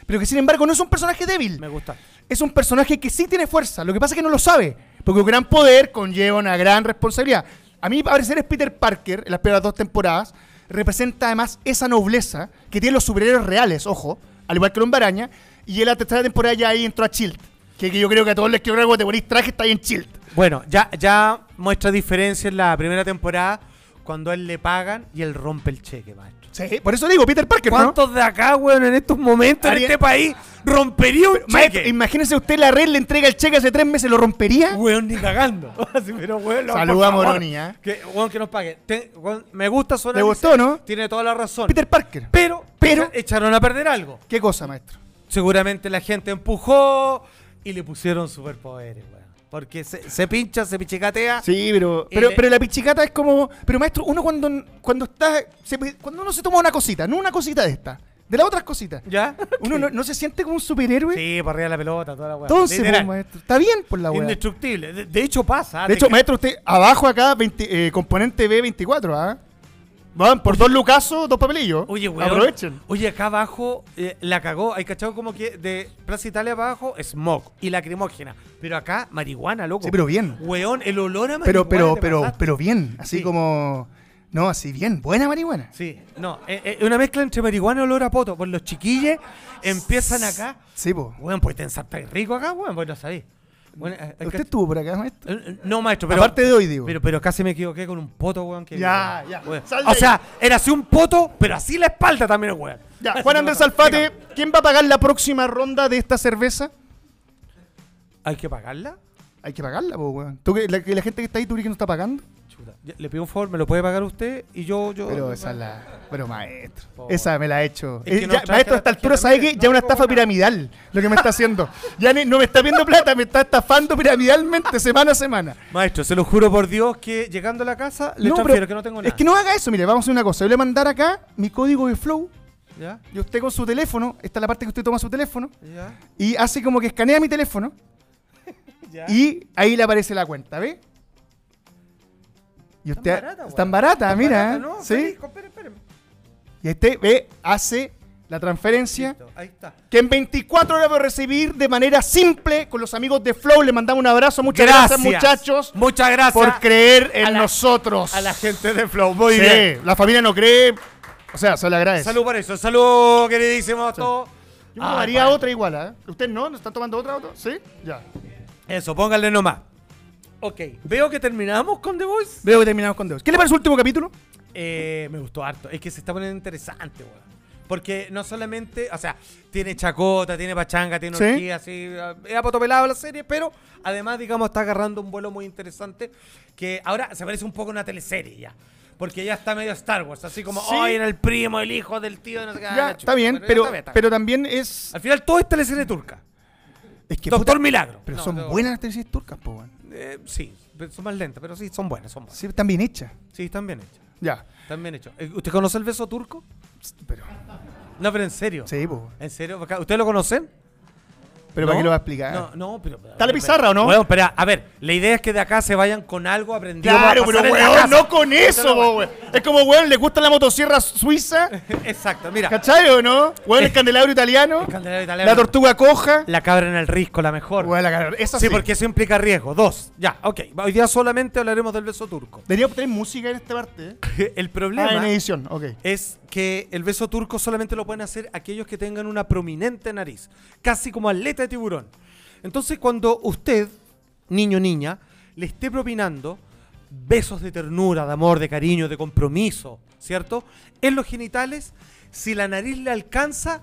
Pero que, sin embargo, no es un personaje débil Me gusta. es un personaje que sí tiene fuerza. Lo que pasa es que no lo sabe. Porque un gran poder conlleva una gran responsabilidad. A mí, a parecer, es Peter Parker, en las primeras dos temporadas, representa además esa nobleza que tienen los superhéroes reales, ojo, al igual que lo Baraña. Y en la tercera temporada ya ahí entró a Chilt. Que, que yo creo que a todos les quiero algo te ponís traje, está ahí en Chilt. Bueno, ya, ya muestra diferencia en la primera temporada cuando a él le pagan y él rompe el cheque, maestro. Sí, por eso digo, Peter Parker, ¿no? ¿Cuántos de acá, weón, en estos momentos, en Haría- este país, rompería un Maestro, cheque? imagínese usted la red le entrega el cheque hace tres meses, ¿lo rompería? Weón, ni cagando. (laughs) Así, pero weón, lo- Saluda por favor. a Moroni, ¿eh? Que, weón, que nos pague. Te- weón, me gusta su ¿Le análisis. gustó, no? Tiene toda la razón. Peter Parker. pero, pero- echa- echaron a perder algo. ¿Qué cosa, maestro? Seguramente la gente empujó y le pusieron superpoderes, weón. Porque se, se pincha, se pichicatea. Sí, pero. Y Pero, le- pero la pichicata es como. Pero maestro, uno cuando, cuando está. se pe- cuando uno se toma una cosita, no una cosita de esta, de las otras cositas. ¿Ya? Uno no, no se siente como un superhéroe. Sí, por arriba de la pelota, toda la weón. Entonces, pues, maestro, está bien por la weá. De Indestructible. De, de hecho, pasa. ¿ah? Te hecho, cre- maestro, usted abajo acá, 20, eh, componente B24, ¿ah? Van por dos lucazos, dos papelillos. Oye, weón. Aprovechen. Oye, acá abajo eh, la cagó. Hay cachado como que de Plaza Italia para abajo, smog y lacrimógena. Pero acá, marihuana, loco. Sí, pero bien. Weón, el olor a marihuana. Pero, pero, te pero, pasaste. pero bien. Así Sí. como. No, así bien, buena marihuana. Sí, no, es una mezcla entre marihuana y olor a poto. Por los chiquilles empiezan acá. Sí, po. Weón, pues te ensartáis rico acá, weón, pues no sabéis. Bueno, eh, eh, ¿Usted cach- estuvo por acá, maestro? eh, eh, No, maestro, pero. Aparte de hoy, digo. Pero, pero casi me equivoqué con un poto, weón. que- Ya, ya, weón. sal de O ahí. sea, era así un poto, pero así la espalda también, weón. Ya, Juan Andrés Alfate, ¿quién va a pagar la próxima ronda de esta cerveza? ¿Hay que pagarla? Hay que pagarla, po, weón. ¿Tú, que- la, que la gente que está ahí, ¿tú crees que no está pagando? Chuta. Ya, Le pido un favor, ¿me lo puede pagar usted? Y yo. yo Pero esa es la. Pero maestro. Po. Esa me la ha hecho. Es que Eh, no ya, traje maestro, la a esta tarjeta, altura, ¿sabe mire, qué? no Ya una tengo estafa nada. piramidal lo que me está haciendo. Ya ni- no me está viendo plata, me está estafando (laughs) piramidalmente semana a semana. Maestro, se lo juro por Dios que llegando a la casa le No, transfiero pero que no tengo nada. Es que no haga eso, mire, vamos a hacer una cosa. Yo le voy a mandar acá mi código de flow ¿Ya? y usted con su teléfono, esta es la parte que usted toma su teléfono, ¿Ya? y hace como que escanea mi teléfono ¿Ya? y ahí le aparece la cuenta, ¿ve? Y usted. barata, weón. tan barata, mira. ¿eh? ¿Sí? Y este, ve, hace la transferencia. Ahí está. que en 24 horas va a recibir de manera simple con los amigos de Flow. Le mandamos un abrazo. Muchas gracias, muchachos, Muchas gracias por creer en a la- nosotros. a la gente de Flow. Muy Sí, bien. la familia no cree. O sea, se le agradece. Salud por eso. Salud, queridísimos a todos. Yo me Ah, tomaría vale. otra igual, ¿eh? ¿Usted no? ¿No está tomando otra? otra? ¿Sí? Ya. Eso, pónganle nomás. Ok, veo que terminamos con The Voice. Veo que terminamos con Dios. ¿Qué le parece el último capítulo? Eh, me gustó harto. Es que se está poniendo interesante, weón. Porque no solamente, o sea, tiene chacota, tiene pachanga, tiene Sí. orgía, así, eh, es apotopelado la serie, pero además, digamos, está agarrando un vuelo muy interesante que ahora se parece un poco a una teleserie ya. Porque ya está medio Star Wars, así como, Sí. hoy era el primo, el hijo del tío, de no sé qué, ah, ya, la está chucha". bien, ya pero, está bien, está pero también es. bien. Al final todo es teleserie turca. Es que. Doctor puta, Milagro. pero No, son no, buenas las tesis turcas, po, weón. eh, sí, pero son más lentas, pero sí, son buenas, son buenas. Sí, están bien hechas. Sí, están bien hechas. Ya. Están bien hechas. Eh, ¿Usted conoce el beso turco? Pero. No, pero en serio. Sí, po. ¿En serio? Porque- ¿Ustedes lo conocen? Pero ¿para ¿No? qué lo va a explicar? No, no, pero. la pero- pizarra o no? Bueno, espera, a ver, la idea es que de acá se vayan con algo aprendido. Claro, pero para pasar en la weón, casa. no con eso, po, weón. Es como, weón, le gusta la motosierra suiza, (laughs) Exacto, mira. ¿cachai o no? Weón, el candelabro italiano, Candelabro italiano. la tortuga coja. La cabra en el risco, la mejor. Weón, la cara- esa sí, porque eso implica riesgo. Dos. Ya, ok. Hoy día solamente hablaremos del beso turco. (laughs) Debería tener música en esta parte, ¿eh? El problema. Ah, en edición, ok. es que el beso turco solamente lo pueden hacer aquellos que tengan una prominente nariz, casi como aleta de tiburón. Entonces, cuando usted, niño o niña, le esté propinando besos de ternura, de amor, de cariño, de compromiso, ¿cierto? En los genitales, si la nariz le alcanza,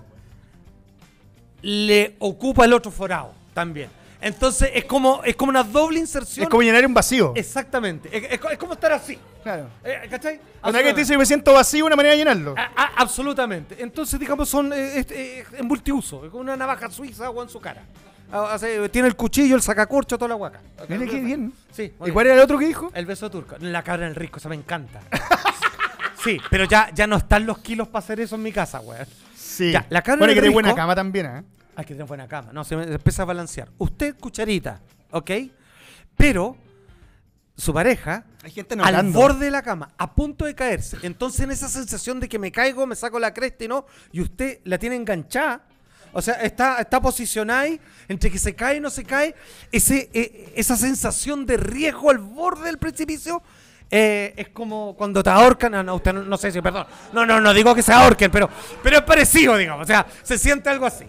le ocupa el otro forado también. Entonces, es como, es como una doble inserción. Es como llenar un vacío. Exactamente. Es, es- es como estar así. Claro. Eh, ¿Cachai? Cuando alguien te Absolutamente. dice me siento vacío, una manera de llenarlo. A- a- absolutamente. Entonces, digamos, son eh, este, eh, en multiuso, con una navaja suiza o en su cara. Ah, o sea, tiene el cuchillo, el sacacorcho, toda la guaca. Mira qué bien. Sí, muy ¿Y bien. cuál era el otro que dijo? El beso turco. La cabra en el risco, se me encanta. (laughs) sí, pero ya, ya no están los kilos para hacer eso en mi casa, weón. Sí. Ya, la cara bueno, del que tiene buena risco. cama también, ¿eh? Hay que tener buena cama. No, se, me- se empieza a balancear. Usted, cucharita, ¿ok? Pero su pareja Hay gente al nadando. borde de la cama, a punto de caerse. Entonces, en esa sensación de que me caigo, me saco la cresta y no, y usted la tiene enganchada. O sea, está, está posicionada ahí, entre que se cae y no se cae. Ese, eh, esa sensación de riesgo al borde del precipicio eh, es como cuando te ahorcan. Ah, No, usted no, no sé si, perdón. No, no, no digo que se ahorquen, pero, pero es parecido, digamos. O sea, se siente algo así.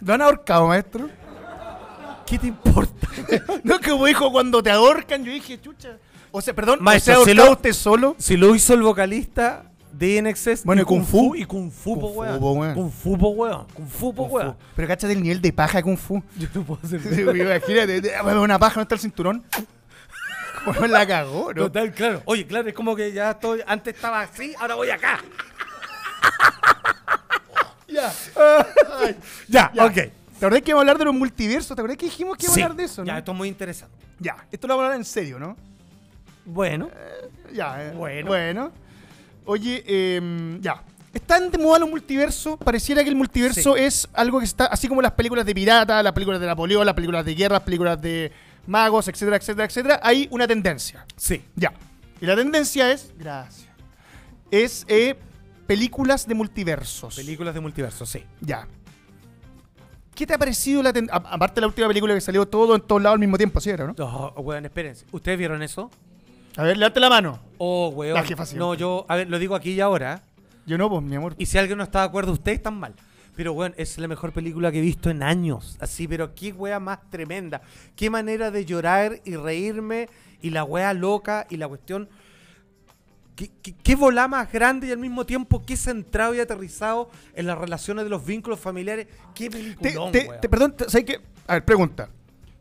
¿Lo han ahorcado, maestro? ¿Qué te importa? (laughs) no, que como dijo, cuando te ahorcan, yo dije, chucha. O sea, perdón, Maestro, ¿se ha si ahorcado lo- usted solo? Si lo hizo el vocalista de NXS. Bueno, y Kung Fu. Y Kung Fu, po, Kung Fu, weón. po, weón. Kung Fu, po, weón. Kung Fu, po, weón. Pero cacha del nivel de paja Kung (laughs) Fu. Yo no puedo hacer Sí, güey, Imagínate, te- ah, una paja, no está el cinturón. (laughs) Bueno, la cagó, ¿no? Total, claro. Oye, claro, es como que ya estoy. Antes estaba así, ahora voy acá. Ya. Ya, ya. ok. ¿Te acordás que íbamos a hablar de los multiversos? ¿Te acordás que dijimos que íbamos Sí. a hablar de eso, no? Ya, esto es muy interesante. Ya, esto lo vamos a hablar en serio, ¿no? Bueno, Ya, eh, Bueno. Bueno. Oye, eh, ya. Están de moda los multiversos. Pareciera que el multiverso Sí. es algo que está, así como las películas de pirata, las películas de Napoleón, las películas de guerra, las películas de magos, etcétera, etcétera, etcétera. Hay una tendencia. sí. Ya. Y la tendencia es. Gracias. Es eh, películas de multiversos. Películas de multiverso, sí. ya. ¿Qué te ha parecido la ten- a- Aparte de la última película que salió todo en todos lados al mismo tiempo, ¿sí era, no? No, weón, espérense. ¿Ustedes vieron eso? A ver, levante la mano. Oh, weón. La jefa siempre. No, yo, a ver, lo digo aquí y ahora. Yo no, pues, mi amor. Y si alguien no está de acuerdo, ustedes están mal. Pero, weón, es la mejor película que he visto en años. Así, pero qué wea más tremenda. Qué manera de llorar y reírme. Y la wea loca y la cuestión. Qué, qué, qué volá más grande y al mismo tiempo qué centrado y aterrizado en las relaciones de los vínculos familiares. Qué Te- peliculón, te- weón. te- perdón, te- ¿sabes qué? A ver, pregunta.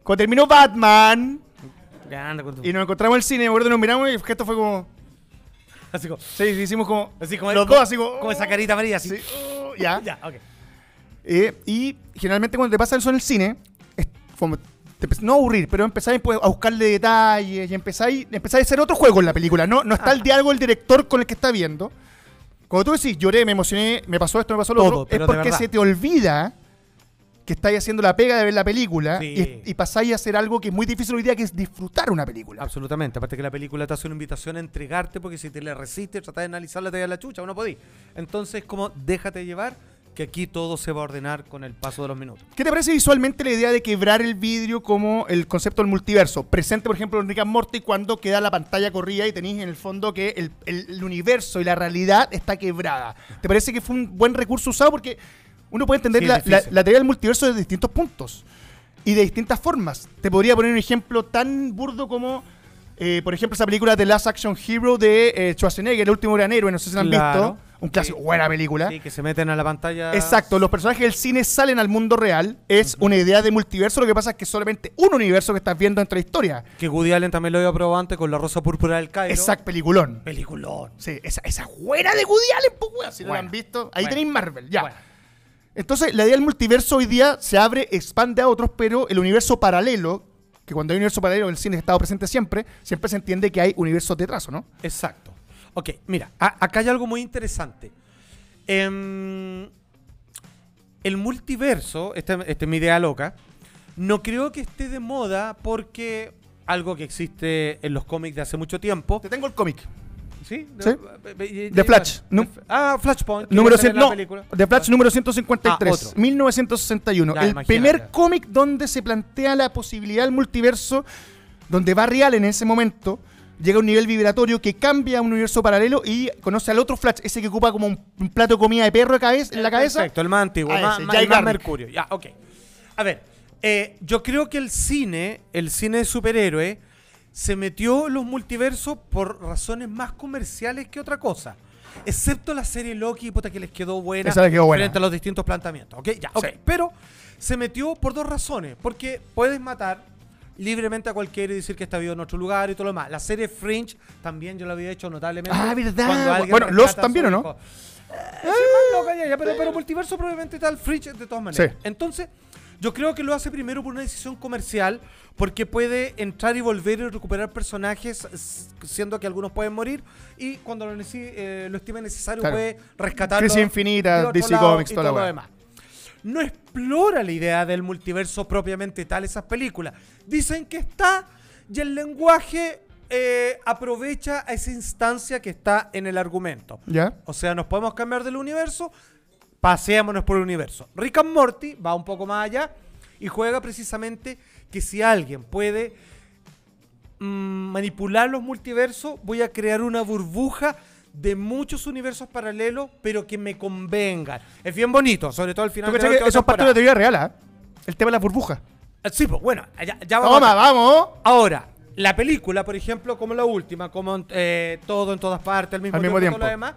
Cuando terminó Batman Grande con tu- y nos encontramos en el cine, me acuerdo, nos miramos y el gesto fue como. Así como, Sí, hicimos como. así como- los como- dos, así como. uh, como esa carita amarilla, así. Sí, oh, ya. (laughs) Ya, ok. Eh, y generalmente cuando te pasa eso en el cine, es como- te empe- no a aburrir, pero empezáis pues, a buscarle detalles y empezáis, empezáis a hacer otro juego en la película. No, no está Ah. el diálogo del director con el que está viendo. Cuando tú decís, lloré, me emocioné, me pasó esto, me pasó lo Todo, otro, es pero de porque verdad. se te olvida que estáis haciendo la pega de ver la película Sí. y, es- y pasáis a hacer algo que es muy difícil hoy día, que es disfrutar una película. Absolutamente, aparte que la película te hace una invitación a entregarte porque si te la resistes, tratas de analizarla, te da la chucha, o no podís. Entonces, como déjate llevar, que aquí todo se va a ordenar con el paso de los minutos. ¿Qué te parece visualmente la idea de quebrar el vidrio como el concepto del multiverso? Presente, por ejemplo, en Rick and Morty cuando queda la pantalla corrida y tenéis en el fondo que el, el- el universo y la realidad está quebrada. ¿Te parece que fue un buen recurso usado? Porque uno puede entender Sí, la, es la- difícil. la teoría del multiverso desde distintos puntos y de distintas formas. Te podría poner un ejemplo tan burdo como, eh, por ejemplo, esa película The Last Action Hero de eh, Schwarzenegger, El último gran héroe, no sé si la han Claro. visto. Un clásico, Sí. buena película. Sí, que se meten a la pantalla. Exacto, los personajes del cine salen al mundo real. Es una idea de multiverso. Lo que pasa es que solamente un universo que estás viendo entre la historia. Que Woody Allen también lo había probado antes con la rosa púrpura del Cairo. Exacto, peliculón. Peliculón. Sí, esa, esa güera de Woody Allen, pues, weón, Si no la Bueno, han visto, ahí bueno, tenéis Marvel, ya. Bueno, Entonces, la idea del multiverso hoy día se abre, expande a otros, pero el universo paralelo, que cuando hay universo paralelo, el cine ha estado presente siempre, siempre se entiende que hay universos detrás, ¿o ¿no? exacto. Ok, mira, a- acá hay algo muy interesante. Em, el multiverso, esta esta es mi idea loca, no creo que esté de moda porque algo que existe en los cómics de hace mucho tiempo. Te tengo el cómic. ¿Sí? Sí. De, The Flash, nu- ah, Flashpoint. que Número sale en cien- la no, película. The Flash número 153, Ah, otro. 1961. Ya, el imagínate. primer cómic donde se plantea la posibilidad del multiverso, donde Barry Allen en ese momento llega a un nivel vibratorio que cambia a un universo paralelo y conoce al otro Flash, ese que ocupa como un, un plato de comida de perro de cabeza- en la cabeza. Perfecto, el más antiguo, Ah, más, ese, más- Jay más Garrick. Mercurio. Ya, ok. A ver, eh, yo creo que el cine, el cine de superhéroe, se metió en los multiversos por razones más comerciales que otra cosa. Excepto la serie Loki, puta, que les quedó buena. Esa les quedó buena. Frente a los distintos planteamientos. Ok, ya, ok. Sí. Pero se metió por dos razones. Porque puedes matar libremente a cualquiera y decir que está vivo en otro lugar y todo lo demás. La serie Fringe también yo la había hecho notablemente. Ah, ¿verdad? cuando alguien Bueno, rescata Lost a su también, ¿o no? hijo. Sí, más loca ya, ya, pero, pero multiverso probablemente tal Fringe de todas maneras. Sí. Entonces, yo creo que lo hace primero por una decisión comercial, porque puede entrar y volver y recuperar personajes, s- siendo que algunos pueden morir, y cuando lo, necesi- eh, lo estime necesario Claro. puede rescatarlos. Crisis Infinita, de otro DC lado Comics, y toda la todo lo wea. demás. No explora la idea del multiverso propiamente tal esas películas. Dicen que está y el lenguaje eh, aprovecha a esa instancia que está en el argumento. ¿Ya? O sea, nos podemos cambiar del universo, paseémonos por el universo. Rick and Morty va un poco más allá y juega precisamente que si alguien puede mm, manipular los multiversos, voy a crear una burbuja de muchos universos paralelos, pero que me convengan. Es bien bonito, sobre todo al final ¿Tú de cachai la que última eso es parte de la temporada. teoría real, ah? El tema de las burbujas. Ah, Sí, pues bueno, ya, ya vamos. Toma, acá. vamos. Ahora, la película, por ejemplo, como la última, como en- eh, todo en todas partes, al mismo Al tiempo, mismo y tiempo. todo lo demás,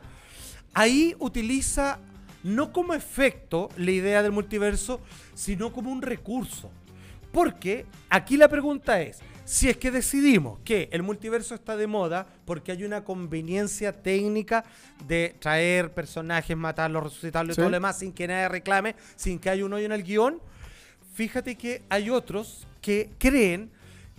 ahí utiliza no como efecto la idea del multiverso, sino como un recurso. Porque aquí la pregunta es, si es que decidimos que el multiverso está de moda porque hay una conveniencia técnica de traer personajes, matarlos, resucitarlos Sí. y todo lo demás sin que nadie reclame, sin que haya un hoyo en el guión, fíjate que hay otros que creen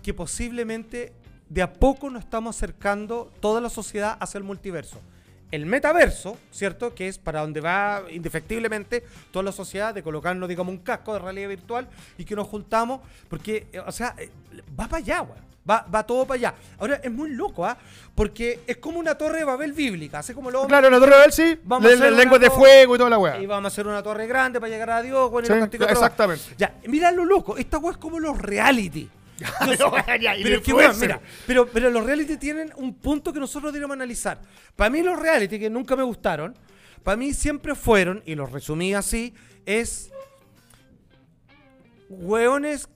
que posiblemente de a poco nos estamos acercando toda la sociedad hacia el multiverso. El metaverso, ¿cierto? Que es para donde va indefectiblemente toda la sociedad de colocarnos, digamos, un casco de realidad virtual y que nos juntamos, porque, eh, o sea, eh, va para allá, weón. Va, va todo para allá. Ahora, es muy loco, ¿ah? Porque es como una torre de Babel bíblica, así como lo... Claro, la torre de Babel sí. Vamos le- a hacer le- una Lenguas de cosa. fuego y toda la weá. Y vamos a hacer una torre grande para llegar a Dios, bueno, y Sí, los castigos, todo. exactamente. Ya, mira lo loco, esta weá es como los reality. Yo sé- (laughs) Ya, y pero, el es que, weón, influencer. mira, pero, pero los reality tienen un punto que nosotros debemos analizar. Para mí los reality que nunca me gustaron, para mí siempre fueron, y los resumí así, es hueones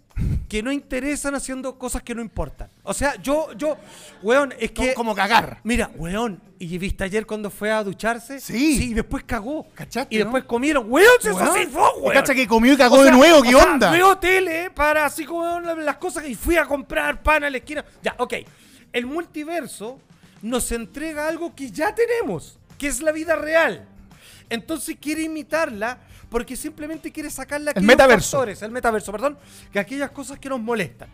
que no interesan haciendo cosas que no importan. O sea, yo, yo, hueón, es que... Como- como cagar. Mira, weón, y viste ayer cuando fue a ducharse. Sí. y después cagó. ¿Cachaste, Y no? después comieron. Weón, se Weón. sofisó, weón. Cacha que comió y cagó de nuevo, ¿qué onda? Veo tele eh, para así como weón, las cosas y fui a comprar pan a la esquina. Ya, ok. El multiverso nos entrega algo que ya tenemos, que es la vida real. Entonces quiere imitarla porque simplemente quiere sacarla aquellos metaverso. factores, el metaverso, perdón, que aquellas cosas que nos molestan.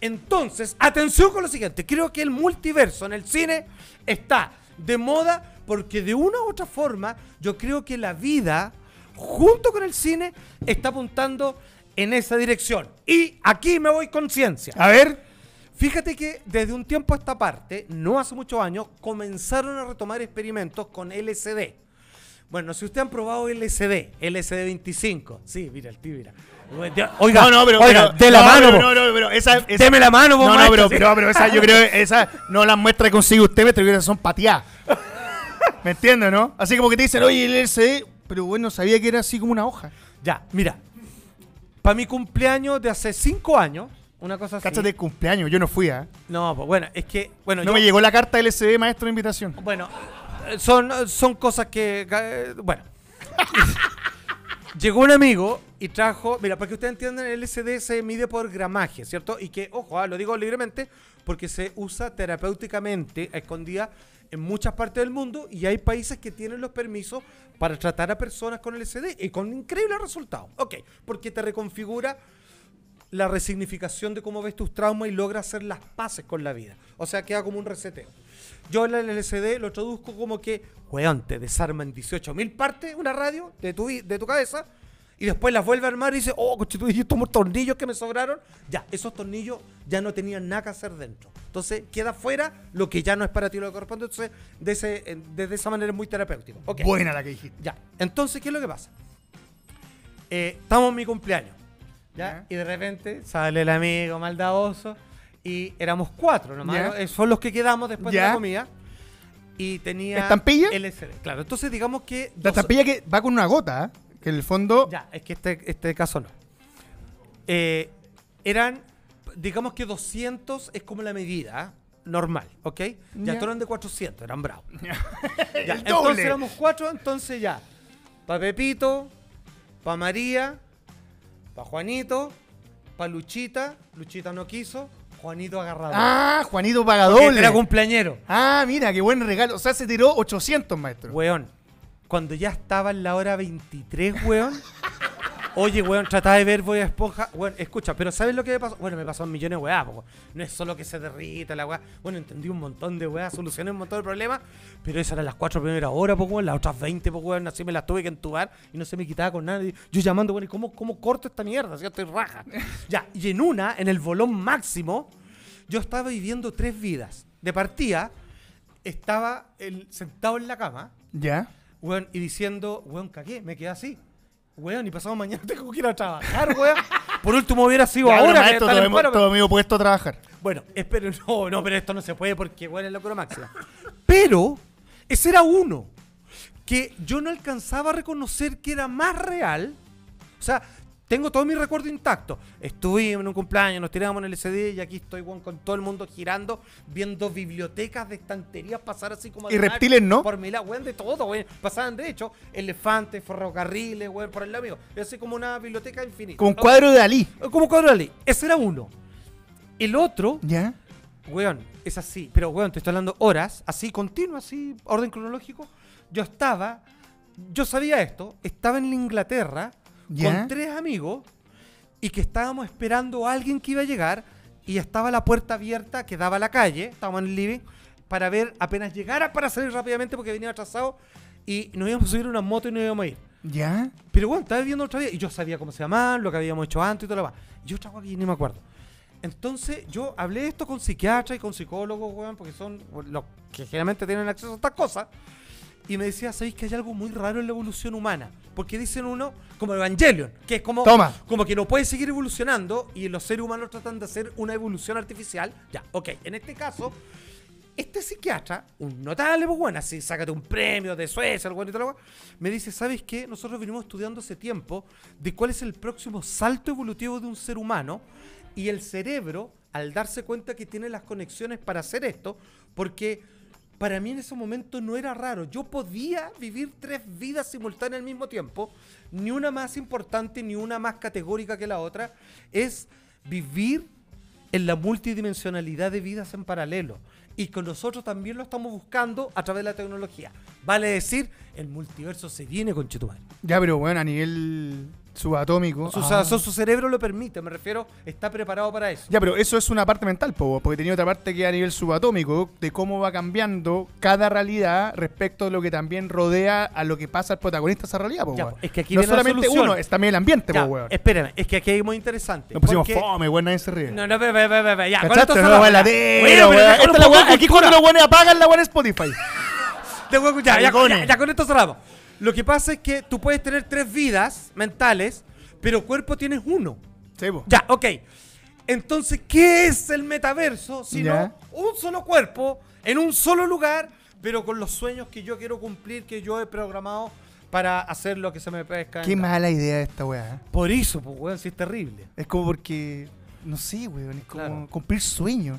Entonces, atención con lo siguiente, creo que el multiverso en el cine está de moda porque de una u otra forma yo creo que la vida junto con el cine está apuntando en esa dirección. Y aquí me voy con ciencia. A ver. Fíjate que desde un tiempo a esta parte, no hace muchos años, comenzaron a retomar experimentos con LSD. Bueno, si ustedes han probado LSD, LSD 25. Sí, mira, el tío, mira. Oiga, no, no, pero. oiga, pero- de la no, mano. pero- po. No, no, pero esa. esa- Deme la mano, vos, No, no, maestro, pero, sí. pero, pero esa yo creo. Esa no las muestras que consigue usted, me que son (laughs) pateadas. ¿Me entiendes, no? Así como que te dicen, oye, el LCD. Pero bueno, sabía que era así como una hoja. Ya, mira. Para mi cumpleaños de hace 5 años, una cosa así. Cáchate de cumpleaños, yo no fui, ¿ah? No, pues bueno, es que. Bueno, No yo- me llegó la carta LCD, maestro, de invitación. Bueno, eh, son, eh, son cosas que. eh, Bueno. Llegó un amigo y trajo. Mira, para que ustedes entiendan, el LSD se mide por gramaje, ¿cierto? Y que, ojo, ah, lo digo libremente, porque se usa terapéuticamente a escondida en muchas partes del mundo y hay países que tienen los permisos para tratar a personas con LSD y con increíbles resultados. Ok, porque te reconfigura la resignificación de cómo ves tus traumas y logras hacer las paces con la vida. O sea, queda como un reseteo. Yo en el LCD lo traduzco como que, weón, te desarma en 18.000 partes una radio de tu, vi- de tu cabeza y después las vuelve a armar y dice, oh, conchito, y estos tornillos que me sobraron, ya, esos tornillos ya no tenían nada que hacer dentro. Entonces queda fuera lo que ya no es para ti lo que corresponde. Entonces, de, ese- eh, de, de esa manera es muy terapéutico. Ok. Buena la que dijiste. Ya. Entonces, ¿qué es lo que pasa? Eh, estamos en mi cumpleaños. ¿ya? eh, Ya. Y de repente sale el amigo maldadoso. Y éramos cuatro nomás. Ya. ¿no? Eh, Son los que quedamos después de Ya. la comida. Y tenía. ¿Estampilla? LSD. Claro, entonces digamos que. La dos- tapilla que va con una gota, ¿ah? Que en el fondo. Ya, es que este, este caso no. Eh, eran, digamos que 200 es como la medida ¿ah? normal, ¿ok? Ya, Ya. todos eran de 400, eran bravos. Ya, El entonces doble. éramos cuatro, entonces ya. Pa' Pepito, pa' María, pa' Juanito, pa' Luchita, Luchita no quiso, Juanito agarrado. Ah, Juanito paga Porque doble. Era cumpleañero. Ah, mira, qué buen regalo. O sea, se tiró 800, maestro. Weón, cuando ya estaba en la hora 23, weón. Oye, weón, trataba de ver Voy a Esponja. Weón, escucha, pero ¿sabes lo que me pasó? Bueno, me pasó millones de weá, po, weón. No es solo que se derrita la weá. Bueno, entendí un montón de weá, solucioné un montón de problemas, pero esas eran las cuatro primeras horas, po, weón. Las otras 20, po, weón, así me las tuve que entubar y no se me quitaba con nadie. Yo llamando, weón, ¿y cómo, cómo corto esta mierda? Si yo estoy raja. Ya, y en una, en el volón máximo, yo estaba viviendo tres vidas. De partida, estaba el- sentado en la cama, Ya. weón, y diciendo, weón, cagué, me quedé así. Weón, y pasado mañana (laughs) tengo que ir a trabajar, weón. Por último hubiera sido Ya, ahora. bueno, que maestro, están todo, en paro, amigo- todo amigo puesto a trabajar. pero- Bueno, espero, no, no, pero esto no se puede porque, weón, es (laughs) locura máxima. Pero, ese era uno que yo no alcanzaba a reconocer que era más real. O sea, tengo todo mi recuerdo intacto. Estuvimos en un cumpleaños, nos tiramos en el SD y aquí estoy weón, con todo el mundo girando, viendo bibliotecas de estanterías pasar así como... ¿Y reptiles no? Por mi lado, weón, de todo, weón. Pasaban, de hecho, elefantes, ferrocarriles, weón, por el lado mío. Es así como una biblioteca infinita. Con un Ok. cuadro de Dalí. Como cuadro de la ley. Ese era uno. El otro Ya. Weón, es así. Pero, weón, te estoy hablando horas, así, continuo, así, orden cronológico. Yo estaba, yo sabía esto, estaba en Inglaterra Ya. con tres amigos y que estábamos esperando a alguien que iba a llegar y estaba la puerta abierta que daba a la calle, estábamos en el living, para ver apenas llegara para salir rápidamente porque venía atrasado y nos íbamos a subir a una moto y nos íbamos a ir. Ya. Pero bueno, estaba viendo otra vez y yo sabía cómo se llamaban, lo que habíamos hecho antes y todo lo demás. Y otra cosa que ni me acuerdo. Entonces yo hablé esto con psiquiatras y con psicólogos, weón, porque son los que generalmente tienen acceso a estas cosas. y me decía, ¿sabéis que hay algo muy raro en la evolución humana? Porque dicen uno, como Evangelion, que es como, Toma. como que no puede seguir evolucionando y los seres humanos tratan de hacer una evolución artificial. Ya, ok, en este caso, este psiquiatra, un notable, pues bueno, así, sácate un premio de Suecia, algo y tal, algo, me dice, ¿sabes qué? Nosotros venimos estudiando hace tiempo de cuál es el próximo salto evolutivo de un ser humano y el cerebro, al darse cuenta que tiene las conexiones para hacer esto, porque para mí en ese momento no era raro, yo podía vivir tres vidas simultáneas al mismo tiempo, ni una más importante, ni una más categórica que la otra, es vivir en la multidimensionalidad de vidas en paralelo. Y que nosotros también lo estamos buscando a través de la tecnología. Vale decir, el multiverso se viene con Chetumal. Ya, pero bueno, a nivel subatómico. Su, Ah. su- su cerebro lo permite, me refiero, está preparado para eso. Ya, pero eso es una parte mental, po, porque tenía otra parte que a nivel subatómico, de cómo va cambiando cada realidad respecto a lo que también rodea a lo que pasa al protagonista de esa realidad, po, Ya, weón. po, es que aquí No viene la solamente solución. uno, es también el ambiente, Ya, po, weón. espérame, es que aquí hay muy interesante. Nos pusimos porque- fome, weón, nadie se ríe. No, no, ve, ve, ve, ve, ve, ya. con ¿Cachaste? esto No, cerramos, weón, la ya. tela, Bueno, pero weón. déjanos Esta un es la poco weón- de Aquí cuando cultura. los weones apagan la weón Spotify. Te voy a escuchar, ya, Maricones. ya, ya, con esto cerramos. Lo que pasa es que tú puedes tener tres vidas mentales, pero cuerpo tienes uno. Sí, po. Ya, ok. Entonces, ¿qué es el metaverso? Sino Ya. un solo cuerpo, en un solo lugar, pero con los sueños que yo quiero cumplir, que yo he programado para hacer lo que se me pesca. en Qué la- mala idea esta weá. ¿eh? Por eso, pues, weón, sí es terrible. Es como porque, no sé, weón, es como Claro. cumplir sueños.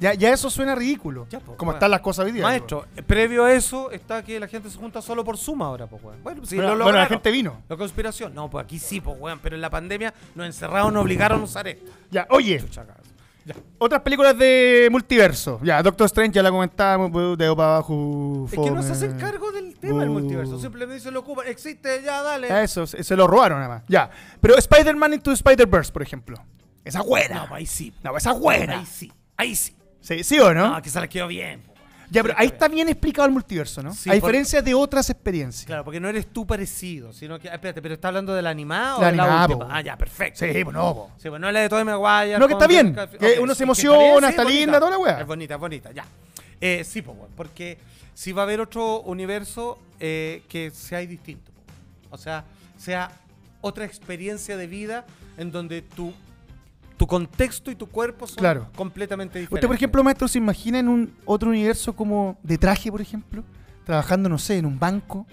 Ya, ya eso suena ridículo. Ya, po, como weón. están las cosas hoy día. Maestro, eh, previo a eso está que la gente se junta solo por suma ahora, pues, weón. Bueno, sí, weón. Bueno, lo bueno, la lograron. gente vino. La conspiración. No, pues aquí sí, pues, weón, pero en la pandemia nos encerraron, nos obligaron a usar esto. Ya, oye, Chucha, cabrón. Ya. otras películas de multiverso. Ya, Doctor Strange ya la comentábamos, weón, dedo para abajo. Es que no se fome. hacen cargo del tema del Uh. multiverso. Simplemente dicen lo ocupan. Existe, ya, dale. Ya, Eso, se, se lo robaron nada más. Ya. Pero Spider-Man into Spider-Verse, por ejemplo. Esa buena. No, pues ahí sí. No, esa buena. Ahí sí. Ahí sí. Sí, Ah, ¿sí o no? No, que se la quedó bien. po. ya, pero ahí está bien explicado el multiverso, ¿no? Sí, a por- diferencia de otras experiencias. Claro, porque no eres tú parecido, sino que. ah, Espérate, pero está hablando de la animada o La de la animada, última? po. Ah, ya, perfecto. Sí, pues no, po. Sí, pues no es la de Tobey Maguire. No, que con está bien, Jessica- que Ok, uno se es que emociona, bien, sí, está es bonita. linda, toda la weá. Es bonita, es bonita, ya. Eh, sí, pues, weón, porque si va a haber otro universo eh, que sea distinto. po. O sea, sea otra experiencia de vida en donde tu, tu contexto y tu cuerpo son Claro. completamente diferentes. Usted, por ejemplo, maestro, ¿se imagina en un otro universo como de traje, por ejemplo? Trabajando, no sé, en un (laughs) banco.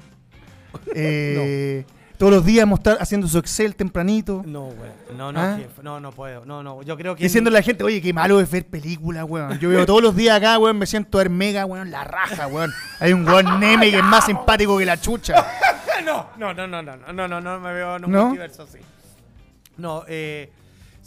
Eh, Todos los días mostrar, haciendo su Excel tempranito. No, güey. No, no, ¿Ah? jefe. No, no puedo. No, no. Yo creo que. Diciendo a la gente, oye, qué malo es ver películas, weón. Yo veo todos los días acá, weón, me siento a ver mega, weón, la raja, weón. Hay un weón neme que es más simpático que la chucha. ¡Ah, No, no, no, no, no, no, no, no, no me veo en un ¿No? multiverso así. No, eh.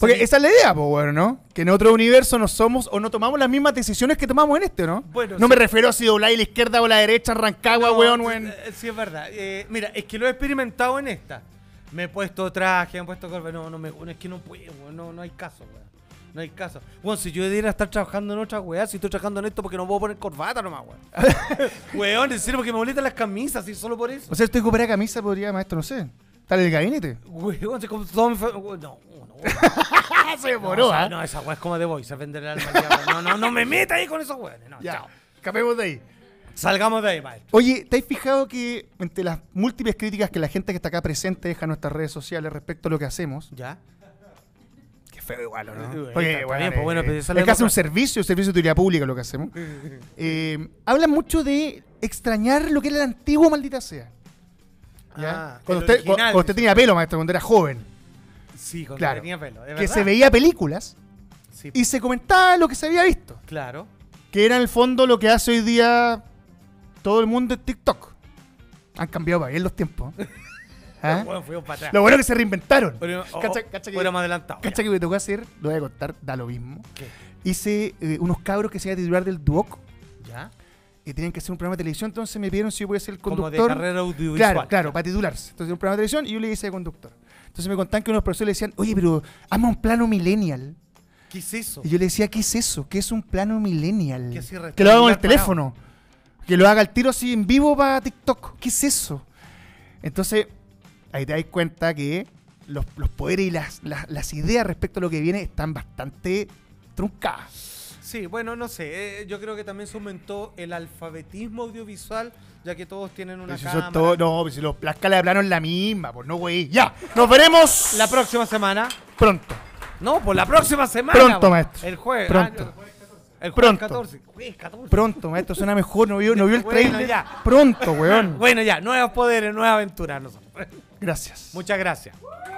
Porque sí, esa es la idea, pues, weón, ¿no? Que en otro universo no somos o no tomamos las mismas decisiones que tomamos en este, ¿no? Bueno, no sí. me refiero a si dobláis la izquierda o la derecha, arrancagua, no, weón, sí, weón. eh, Sí, es verdad. Eh, mira, es que lo he experimentado en esta. Me he puesto traje, me he puesto corba. No, no, me, no, es que no puedo, weón, no, no hay caso, weón. No hay caso. Bueno, si yo debiera estar trabajando en otra weá, si estoy trabajando en esto porque no puedo poner corbata nomás, weón. (laughs) weón, en serio, porque me molestan las camisas y solo por eso. O sea, estoy con camisa, podría, maestro, no sé. Estar en el (laughs) gabinete. Weón, se como todo enfer- weón, No, no, weón. Ah, se No, o sea, no, esa weá es como de Voice, es vender el alma al diablo. No, no, no me meta ahí con esos weones. No, Ya, chao. escapemos de ahí. Salgamos de ahí, maestro. Oye, ¿te has fijado que entre las múltiples críticas que la gente que está acá presente deja en nuestras redes sociales respecto a lo que hacemos? ¿Ya? Qué feo igual, ¿o Eh, ¿no? eh, está- está bien, pues, bueno, pero es eso que lo hace un hemos- servicio, un servicio de utilidad pública lo que (laughs) hacemos. Eh, hablan mucho de extrañar lo que era el antiguo, maldita sea. ¿ya? Ah, cuando, el usted, cu- original, cuando usted dice. tenía pelo, maestro, cuando era joven. Sí, cuando Claro. tenía pelo. ¿es Que verdad? se veía películas Sí, y se comentaba lo que se había visto. Claro. que era en el fondo lo que hace hoy día todo el mundo en TikTok. Han cambiado para bien los (laughs) tiempos. ¿Ah? Bueno, fuimos para atrás. oh, Lo bueno es que se reinventaron. Bueno, o- Cacha- o- cacha que- fuéramos adelantados. Cacha que me tocó hacer, lo voy a contar, da lo mismo. ¿Qué? Hice eh, unos cabros que se iban a titular del Duoc ¿Ya? y tenían que hacer un programa de televisión, entonces me pidieron si yo podía ser el Como conductor. de carrera audiovisual. Claro, claro, para titularse. Entonces un programa de televisión y yo le hice de conductor. Entonces me contaban que unos profesores le decían, oye, pero hazme un plano millennial. ¿Qué es eso? Y yo le decía, ¿qué es eso? ¿Qué es un plano millennial? ¿Qué es irresponsable que lo haga con el parado? teléfono. Que lo haga el tiro así en vivo para TikTok. ¿Qué es eso? Entonces, ahí te das cuenta que los, los poderes y las, las, las ideas respecto a lo que viene están bastante truncadas. Sí, bueno, no sé. eh, yo creo que también se aumentó el alfabetismo audiovisual, ya que todos tienen una Pero si son cámara. todo- no, pero si los, la escala de plano es la misma, pues no, güey. Ya, nos veremos La próxima semana. pronto. No, por la próxima semana. Pronto, po. maestro. El jueves. Pronto. ah, el jueves Pronto. 14. Jueves 14. Pronto, maestro, suena mejor. No vio, no vio el Bueno, trailer. ya. Pronto, weón. Bueno, ya, nuevos poderes, nueva aventura. nosotros. Gracias. Muchas gracias.